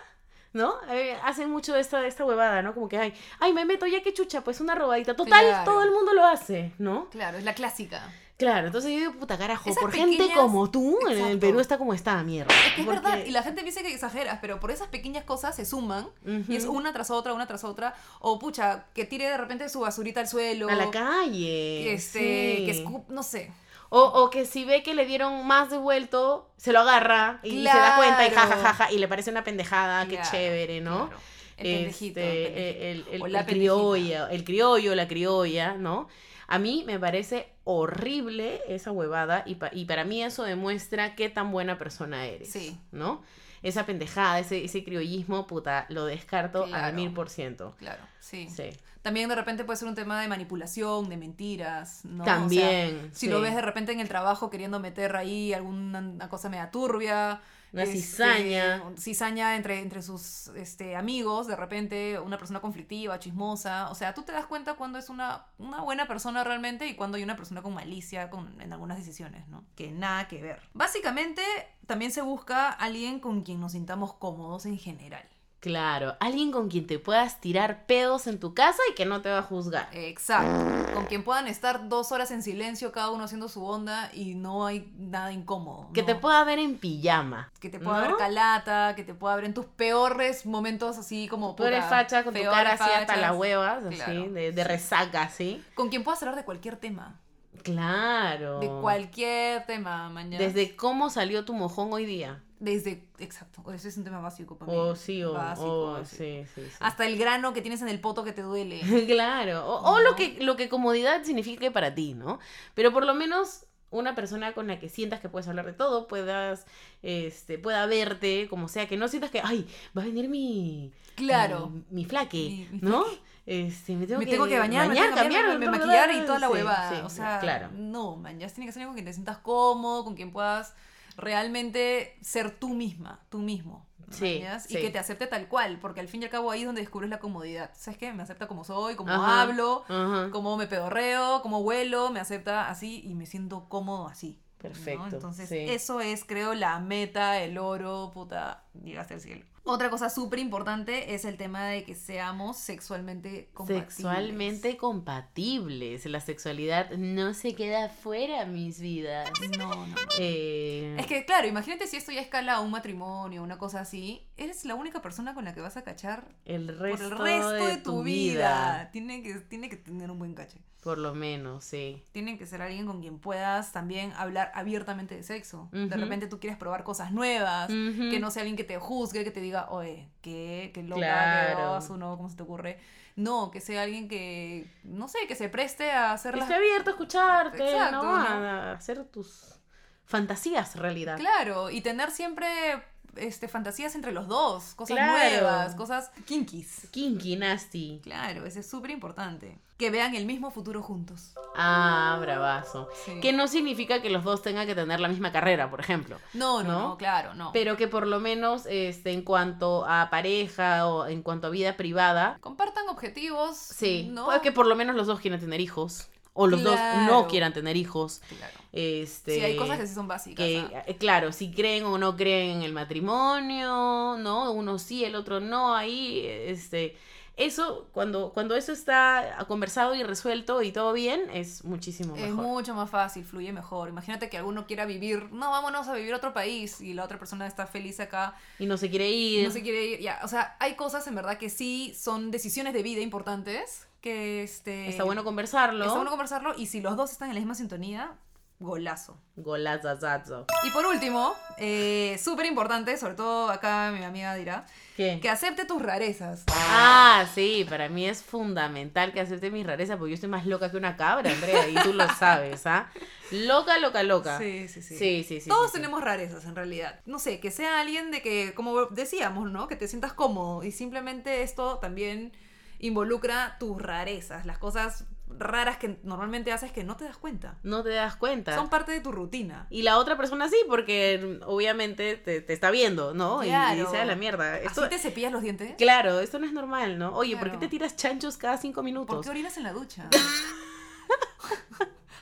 [SPEAKER 3] ¿no? Eh, hacen mucho esta, esta huevada, ¿no? Como que, ay, ay, me meto, ya que chucha, pues una robadita. Total,
[SPEAKER 4] Claro.
[SPEAKER 3] todo el mundo lo hace, ¿no?
[SPEAKER 4] Claro, es la clásica.
[SPEAKER 3] Claro, entonces yo digo, puta carajo,
[SPEAKER 4] Esas
[SPEAKER 3] por gente
[SPEAKER 4] pequeñas-
[SPEAKER 3] como tú, en el
[SPEAKER 4] Exacto.
[SPEAKER 3] Perú está como está, mierda.
[SPEAKER 4] Es que es
[SPEAKER 3] Porque-
[SPEAKER 4] verdad, y la gente piensa que exageras, pero por esas pequeñas cosas se suman
[SPEAKER 3] Ujú.
[SPEAKER 4] y es una tras otra, una tras otra. O pucha, que tire de repente su basurita al suelo.
[SPEAKER 3] A la calle.
[SPEAKER 4] Este,
[SPEAKER 3] sí.
[SPEAKER 4] que escup- no sé.
[SPEAKER 3] o, o que si ve que le dieron más de vuelto, se lo agarra y, y se da cuenta y
[SPEAKER 4] Claro.
[SPEAKER 3] jajajaja, y le parece una pendejada, qué
[SPEAKER 4] Claro,
[SPEAKER 3] chévere, ¿no?
[SPEAKER 4] Claro. El pendejito. el
[SPEAKER 3] Este,
[SPEAKER 4] pendejito.
[SPEAKER 3] el, el-
[SPEAKER 4] O
[SPEAKER 3] el
[SPEAKER 4] la pendejita.
[SPEAKER 3] criollo, el criollo, la criolla, ¿no? A mí me parece horrible esa huevada y, pa- y para mí eso demuestra qué tan buena persona eres,
[SPEAKER 4] Sí.
[SPEAKER 3] ¿no? Esa pendejada, ese, ese criollismo, puta, lo descarto al
[SPEAKER 4] Claro.
[SPEAKER 3] mil por ciento.
[SPEAKER 4] Claro, sí.
[SPEAKER 3] Sí.
[SPEAKER 4] También de repente puede ser un tema de manipulación, de mentiras, ¿no? O sea,
[SPEAKER 3] También.
[SPEAKER 4] si
[SPEAKER 3] sí.
[SPEAKER 4] lo ves de repente en el trabajo queriendo meter ahí alguna una cosa media turbia.
[SPEAKER 3] Una
[SPEAKER 4] este,
[SPEAKER 3] cizaña.
[SPEAKER 4] Cizaña entre, entre sus este, amigos, de repente una persona conflictiva, chismosa. O sea, tú te das cuenta cuando es una, una buena persona realmente y cuando hay una persona con malicia con, en algunas decisiones, ¿no? Que nada que ver. Básicamente, también se busca alguien con quien nos sintamos cómodos en general.
[SPEAKER 3] Claro, alguien con quien te puedas tirar pedos en tu casa y que no te va a
[SPEAKER 4] eh,
[SPEAKER 3] juzgar.
[SPEAKER 4] Exacto. Con quien puedan estar dos horas en silencio, cada uno haciendo su onda y no hay nada incómodo.
[SPEAKER 3] Que te
[SPEAKER 4] ¿no?
[SPEAKER 3] pueda ver en pijama.
[SPEAKER 4] Que te pueda
[SPEAKER 3] ¿No?
[SPEAKER 4] ver calata, que te pueda ver en tus peores momentos así como...
[SPEAKER 3] Tú eres
[SPEAKER 4] puta,
[SPEAKER 3] facha con tu
[SPEAKER 4] peor
[SPEAKER 3] cara así hasta
[SPEAKER 4] fachas.
[SPEAKER 3] las huevas, así,
[SPEAKER 4] Claro,
[SPEAKER 3] de, de
[SPEAKER 4] sí.
[SPEAKER 3] resaca, así.
[SPEAKER 4] Con quien puedas hablar de cualquier tema.
[SPEAKER 3] Claro.
[SPEAKER 4] De cualquier tema, mañana.
[SPEAKER 3] Desde cómo salió tu mojón hoy día.
[SPEAKER 4] Desde... Exacto. Ese es un tema básico para mí.
[SPEAKER 3] O Oh, sí, o,
[SPEAKER 4] Básico,
[SPEAKER 3] o
[SPEAKER 4] básico.
[SPEAKER 3] sí, sí, sí.
[SPEAKER 4] Hasta el grano que tienes en el poto que te duele.
[SPEAKER 3] <laughs> Claro, o, o lo,
[SPEAKER 4] ¿No?
[SPEAKER 3] que, lo que comodidad signifique para ti, ¿no? Pero por lo menos una persona con la que sientas que puedes hablar de todo, puedas, este, pueda verte, como sea, que no sientas que, ay, va a venir mi...
[SPEAKER 4] Claro.
[SPEAKER 3] Mi, mi flaque,
[SPEAKER 4] Mi- mi
[SPEAKER 3] ¿no? Este, me tengo,
[SPEAKER 4] me
[SPEAKER 3] que,
[SPEAKER 4] tengo que bañar, me tengo que cambiarme, me
[SPEAKER 3] bla, bla,
[SPEAKER 4] maquillar
[SPEAKER 3] bla,
[SPEAKER 4] y toda la
[SPEAKER 3] sí,
[SPEAKER 4] huevada.
[SPEAKER 3] sí,
[SPEAKER 4] o sea,
[SPEAKER 3] claro.
[SPEAKER 4] no, man, ya tiene que ser alguien con quien te sientas cómodo, con quien puedas realmente ser tú misma, tú mismo.
[SPEAKER 3] Sí,
[SPEAKER 4] mañas,
[SPEAKER 3] sí.
[SPEAKER 4] Y que te acepte tal cual, porque al fin y al cabo ahí es donde descubres la comodidad. ¿Sabes qué? Me acepta como soy, como
[SPEAKER 3] Ajá.
[SPEAKER 4] hablo,
[SPEAKER 3] Ajá.
[SPEAKER 4] como me pedorreo, como huelo, me acepta así y me siento cómodo así. ¿no?
[SPEAKER 3] Perfecto,
[SPEAKER 4] Entonces,
[SPEAKER 3] sí.
[SPEAKER 4] eso es, creo, la meta, el oro, puta, llegaste al cielo. Otra cosa súper importante es el tema de que seamos sexualmente compatibles.
[SPEAKER 3] Sexualmente compatibles. La sexualidad no se queda fuera, mis vidas.
[SPEAKER 4] No, no, no.
[SPEAKER 3] Eh,
[SPEAKER 4] Es que, claro, imagínate si esto ya escala a un matrimonio, una cosa así. Eres la única persona con la que vas a cachar
[SPEAKER 3] el
[SPEAKER 4] por
[SPEAKER 3] resto,
[SPEAKER 4] el resto de, tu vida. Tiene, que, tiene que tener un buen caché.
[SPEAKER 3] Por lo menos, sí.
[SPEAKER 4] Tiene que ser alguien con quien puedas también hablar abiertamente de sexo.
[SPEAKER 3] Ujú.
[SPEAKER 4] De repente tú quieres probar cosas nuevas.
[SPEAKER 3] Ujú.
[SPEAKER 4] Que no sea alguien que te juzgue, que te diga, oye, qué, qué loca,
[SPEAKER 3] Claro.
[SPEAKER 4] qué oso, no, cómo se te ocurre. No, que sea alguien que, no sé, que se preste a hacer
[SPEAKER 3] Que
[SPEAKER 4] las...
[SPEAKER 3] esté abierto a escucharte,
[SPEAKER 4] Exacto,
[SPEAKER 3] ¿no?
[SPEAKER 4] ¿no?
[SPEAKER 3] A, a hacer tus fantasías realidad.
[SPEAKER 4] Claro, y tener siempre este, fantasías entre los dos, cosas
[SPEAKER 3] Claro.
[SPEAKER 4] nuevas, cosas kinkies.
[SPEAKER 3] Kinky, nasty.
[SPEAKER 4] Claro, eso es súper importante. Que vean el mismo futuro juntos.
[SPEAKER 3] Ah, bravazo.
[SPEAKER 4] Sí.
[SPEAKER 3] Que no significa que los dos tengan que tener la misma carrera, por ejemplo.
[SPEAKER 4] no, no,
[SPEAKER 3] ¿no?
[SPEAKER 4] no, claro, no.
[SPEAKER 3] Pero que por lo menos este, en cuanto a pareja o en cuanto a vida privada,
[SPEAKER 4] Compartan objetivos.
[SPEAKER 3] sí.
[SPEAKER 4] ¿no?
[SPEAKER 3] Pues que por lo menos los dos quieran tener hijos. O los dos no
[SPEAKER 4] Claro.
[SPEAKER 3] quieran tener hijos.
[SPEAKER 4] Claro.
[SPEAKER 3] Este,
[SPEAKER 4] Sí, hay cosas que sí son básicas.
[SPEAKER 3] que,
[SPEAKER 4] ah.
[SPEAKER 3] eh, claro, si creen o no creen en el matrimonio, ¿no? Uno sí, el otro no, ahí, este, eso, cuando, cuando eso está conversado y resuelto y todo bien, es muchísimo
[SPEAKER 4] Es
[SPEAKER 3] mejor.
[SPEAKER 4] mucho más fácil, fluye mejor. Imagínate que alguno quiera vivir, no, vámonos a vivir a otro país y la otra persona está feliz acá,
[SPEAKER 3] Y no se quiere ir.
[SPEAKER 4] no se quiere ir. Ya, o sea, hay cosas en verdad que sí son decisiones de vida importantes que este
[SPEAKER 3] está bueno conversarlo.
[SPEAKER 4] Está bueno conversarlo y si los dos están en la misma sintonía, golazo.
[SPEAKER 3] Golazazazo.
[SPEAKER 4] Y por último, eh, súper importante, sobre todo acá mi amiga dirá,
[SPEAKER 3] ¿Qué?
[SPEAKER 4] que acepte tus rarezas.
[SPEAKER 3] Ah, sí, para mí es fundamental que acepte mis rarezas, porque yo estoy más loca que una cabra, Andrea, y tú lo sabes, ¿ah? Loca, loca, loca.
[SPEAKER 4] Sí, sí,
[SPEAKER 3] sí,
[SPEAKER 4] sí.
[SPEAKER 3] sí. sí, sí,
[SPEAKER 4] Todos
[SPEAKER 3] sí.
[SPEAKER 4] tenemos rarezas en realidad. No sé, que sea alguien de que, como decíamos, ¿no? Que te sientas cómodo. Y simplemente esto también involucra tus rarezas, las cosas raras que normalmente haces que no te das cuenta.
[SPEAKER 3] No te das cuenta.
[SPEAKER 4] Son parte de tu rutina.
[SPEAKER 3] Y la otra persona sí, porque obviamente te, te está viendo, ¿no? Y- Y
[SPEAKER 4] Claro.
[SPEAKER 3] dice, "A la mierda. Esto,
[SPEAKER 4] ¿Así te cepillas los dientes?
[SPEAKER 3] Claro, esto no es normal, ¿no? Oye, ¿por qué
[SPEAKER 4] Claro.
[SPEAKER 3] te tiras chanchos cada cinco
[SPEAKER 4] ¿Por
[SPEAKER 3] minutos?
[SPEAKER 4] qué orinas en la ducha?
[SPEAKER 3] <laughs>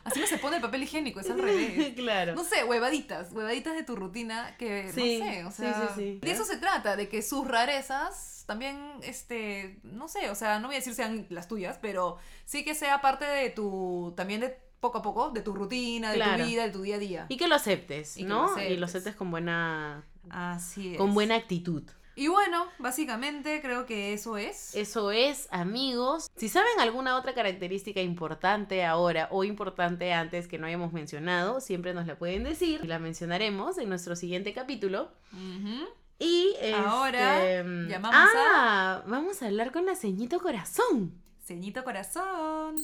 [SPEAKER 4] Así no se pone el papel
[SPEAKER 3] <laughs>
[SPEAKER 4] higiénico, es al revés.
[SPEAKER 3] claro.
[SPEAKER 4] No sé, huevaditas, huevaditas de tu rutina que
[SPEAKER 3] Sí,
[SPEAKER 4] no sé, o
[SPEAKER 3] sí,
[SPEAKER 4] sea,
[SPEAKER 3] sí, sí.
[SPEAKER 4] de eso se trata, de que sus rarezas también este, no sé, o sea, no voy a decir sean las tuyas, pero sí que sea parte de tu también de poco a poco de tu rutina, de
[SPEAKER 3] Claro.
[SPEAKER 4] tu vida, de tu día a día.
[SPEAKER 3] Y que lo aceptes,
[SPEAKER 4] Y que
[SPEAKER 3] ¿no?
[SPEAKER 4] lo
[SPEAKER 3] Y lo
[SPEAKER 4] aceptes.
[SPEAKER 3] aceptes con buena,
[SPEAKER 4] Así es.
[SPEAKER 3] con buena actitud.
[SPEAKER 4] Y bueno, básicamente creo que eso es.
[SPEAKER 3] Eso es, amigos. Si saben alguna otra característica importante ahora o importante antes que no hayamos mencionado, siempre nos la pueden decir y la mencionaremos en nuestro siguiente capítulo.
[SPEAKER 4] Ujú.
[SPEAKER 3] Y
[SPEAKER 4] Ahora,
[SPEAKER 3] este,
[SPEAKER 4] llamamos
[SPEAKER 3] ah, vamos a hablar con la ceñito corazón.
[SPEAKER 4] Ceñito corazón.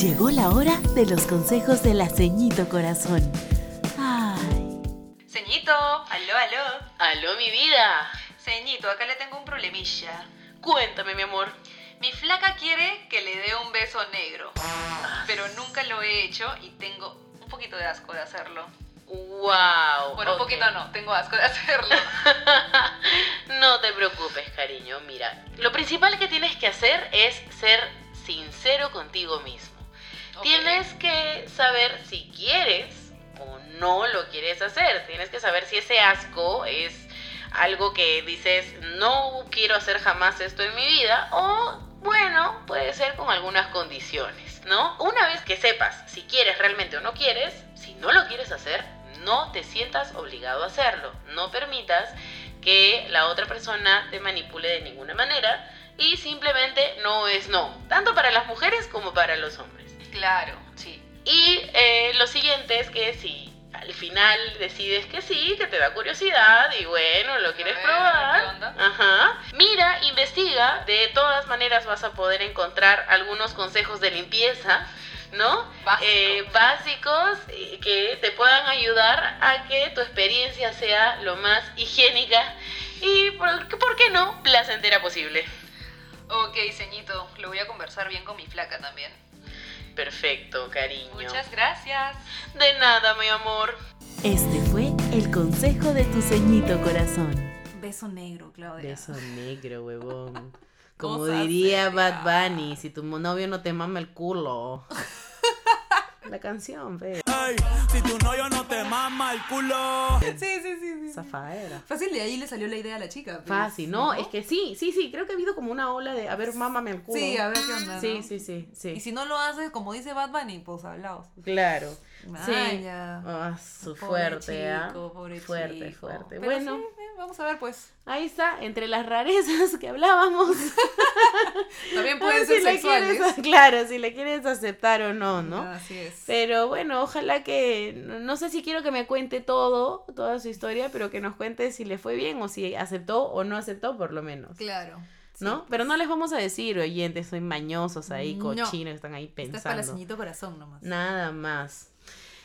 [SPEAKER 3] Llegó la hora de los consejos de la ceñito corazón. Ay.
[SPEAKER 2] Ceñito, aló, aló. Aló, mi vida.
[SPEAKER 1] Ceñito, acá le tengo un problemilla.
[SPEAKER 2] Cuéntame, mi amor.
[SPEAKER 1] Mi flaca quiere que le dé un beso negro, pero nunca lo he hecho y tengo un poquito de asco de hacerlo.
[SPEAKER 2] Wow.
[SPEAKER 1] Bueno, un poquito no, tengo asco de hacerlo.
[SPEAKER 2] <laughs> No te preocupes, cariño. Mira, lo principal que tienes que hacer es ser sincero contigo mismo.
[SPEAKER 1] Ok.
[SPEAKER 2] Tienes que saber si quieres o no lo quieres hacer. Tienes que saber si ese asco es algo que dices, no quiero hacer jamás esto en mi vida, o bueno, puede ser con algunas condiciones, ¿no? Una vez que sepas si quieres realmente o no quieres, si no lo quieres hacer, no te sientas obligado a hacerlo, no permitas que la otra persona te manipule de ninguna manera y simplemente no es no, tanto para las mujeres como para los hombres.
[SPEAKER 1] Claro, sí.
[SPEAKER 2] Y eh, lo siguiente es que si al final decides que sí, que te da curiosidad y bueno, lo quieres
[SPEAKER 1] ver, ¿qué
[SPEAKER 2] probar.
[SPEAKER 1] onda?
[SPEAKER 2] Ajá. Mira, investiga. De todas maneras vas a poder encontrar algunos consejos de limpieza, ¿no?
[SPEAKER 1] Básico.
[SPEAKER 2] Eh, básicos eh, que te puedan ayudar a que tu experiencia sea lo más higiénica y, por, ¿por qué no?, placentera posible.
[SPEAKER 1] Ok, ceñito, lo voy a conversar bien con mi flaca también.
[SPEAKER 2] Perfecto, cariño.
[SPEAKER 1] Muchas gracias.
[SPEAKER 2] De nada, mi amor.
[SPEAKER 3] Este fue el consejo de tu ceñito corazón.
[SPEAKER 4] Beso negro, Claudia.
[SPEAKER 3] Beso negro,
[SPEAKER 4] <laughs>
[SPEAKER 3] huevón. Como
[SPEAKER 4] Cosas
[SPEAKER 3] diría Bad
[SPEAKER 4] serias.
[SPEAKER 3] Bunny, si tu novio no te mama el
[SPEAKER 4] <laughs>
[SPEAKER 3] culo. La canción, ve.
[SPEAKER 6] Ey, si tu novio no te mama el culo.
[SPEAKER 4] <laughs> Sí, sí, sí. sí.
[SPEAKER 3] Zafadera.
[SPEAKER 4] Fácil, de ahí le salió la idea a la chica. pues,
[SPEAKER 3] Fácil, no, es que sí, sí, sí, creo que ha habido como una ola de, a ver, mámame el culo.
[SPEAKER 4] Sí, a ver qué onda.
[SPEAKER 3] Sí,
[SPEAKER 4] ¿no?
[SPEAKER 3] sí, sí, sí.
[SPEAKER 4] Y si no lo haces, como dice Bad Bunny, pues hablaos.
[SPEAKER 3] Claro.
[SPEAKER 4] Ay,
[SPEAKER 3] sí.
[SPEAKER 4] ya.
[SPEAKER 3] Ah, su
[SPEAKER 4] Pobre
[SPEAKER 3] fuerte, ¿ah?
[SPEAKER 4] chico, pobre
[SPEAKER 3] Fuerte,
[SPEAKER 4] chico.
[SPEAKER 3] fuerte.
[SPEAKER 4] Pero
[SPEAKER 3] bueno,
[SPEAKER 4] sí, eh, vamos a ver, pues.
[SPEAKER 3] ahí está, entre las rarezas que
[SPEAKER 4] <laughs>
[SPEAKER 3] hablábamos. <laughs>
[SPEAKER 4] También
[SPEAKER 3] A ver
[SPEAKER 4] pueden
[SPEAKER 3] Pues,
[SPEAKER 4] ser
[SPEAKER 3] si le
[SPEAKER 4] sexuales. Ah,
[SPEAKER 3] quieres- <laughs> claro, si le quieres aceptar o no, ¿no?
[SPEAKER 4] Así es.
[SPEAKER 3] Pero bueno, ojalá que, no no sé si quiero que me cuente todo, toda su historia, pero que nos cuente si le fue bien o si aceptó o no aceptó por lo menos.
[SPEAKER 4] Claro. sí,
[SPEAKER 3] ¿No? Pero no les vamos a decir, oyentes, soy mañosos ahí,
[SPEAKER 4] No.
[SPEAKER 3] cochinos, que están ahí
[SPEAKER 4] Esta es para la
[SPEAKER 3] pensando.
[SPEAKER 4] ceñito corazón nomás.
[SPEAKER 3] Nada más.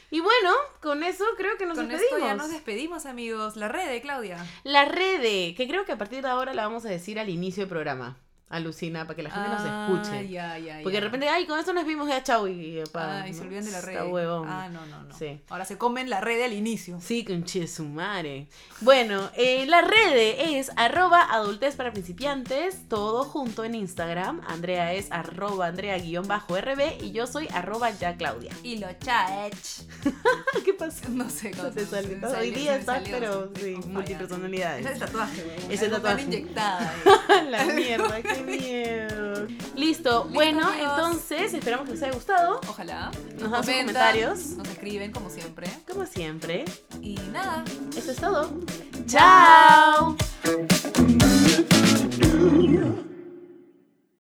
[SPEAKER 3] Y bueno, con eso creo que nos
[SPEAKER 4] Con
[SPEAKER 3] despedimos.
[SPEAKER 4] esto ya nos despedimos, amigos. La red de Claudia.
[SPEAKER 3] La red, que creo que a partir de ahora la vamos a decir al inicio del programa. Alucina, para que la gente
[SPEAKER 4] Ah,
[SPEAKER 3] nos escuche.
[SPEAKER 4] Ya, ya,
[SPEAKER 3] Porque de
[SPEAKER 4] ya.
[SPEAKER 3] repente, ay, con esto nos vimos ya, chau. Y, eh, pa,
[SPEAKER 4] Ay, se
[SPEAKER 3] ¿no?
[SPEAKER 4] olvidan de la red.
[SPEAKER 3] Está huevón.
[SPEAKER 4] Ah, no, no, no.
[SPEAKER 3] Sí.
[SPEAKER 4] Ahora se comen la red al inicio.
[SPEAKER 3] Sí, con sumare. Bueno, eh, la red es arroba adultez para principiantes, todo junto en Instagram. Andrea es arroba andrea-rb y yo soy arroba ya Claudia. <laughs> Ah,
[SPEAKER 4] Y lo eh, chaech.
[SPEAKER 3] ¿Qué
[SPEAKER 4] <laughs>
[SPEAKER 3] pasó?
[SPEAKER 4] No sé
[SPEAKER 3] Se
[SPEAKER 4] cómo.
[SPEAKER 3] te salió.
[SPEAKER 4] me salió,
[SPEAKER 3] Hoy día
[SPEAKER 4] se me
[SPEAKER 3] estás,
[SPEAKER 4] salió,
[SPEAKER 3] pero sí,
[SPEAKER 4] se me fue. Ese es
[SPEAKER 3] multipersonalidades.
[SPEAKER 4] el tatuaje, güey.
[SPEAKER 3] Ese
[SPEAKER 4] Algo
[SPEAKER 3] tatuaje.
[SPEAKER 4] tan inyectada.
[SPEAKER 3] <laughs>
[SPEAKER 4] eh.
[SPEAKER 3] La mierda,
[SPEAKER 4] <laughs>
[SPEAKER 3] qué miedo. Listo, bueno,
[SPEAKER 4] amigos.
[SPEAKER 3] entonces esperamos que les haya gustado.
[SPEAKER 4] Ojalá.
[SPEAKER 3] Nos dan sus
[SPEAKER 4] comentan,
[SPEAKER 3] comentarios.
[SPEAKER 4] Nos escriben como siempre.
[SPEAKER 3] Como siempre,
[SPEAKER 4] Y nada.
[SPEAKER 3] eso es todo. ¡Chao!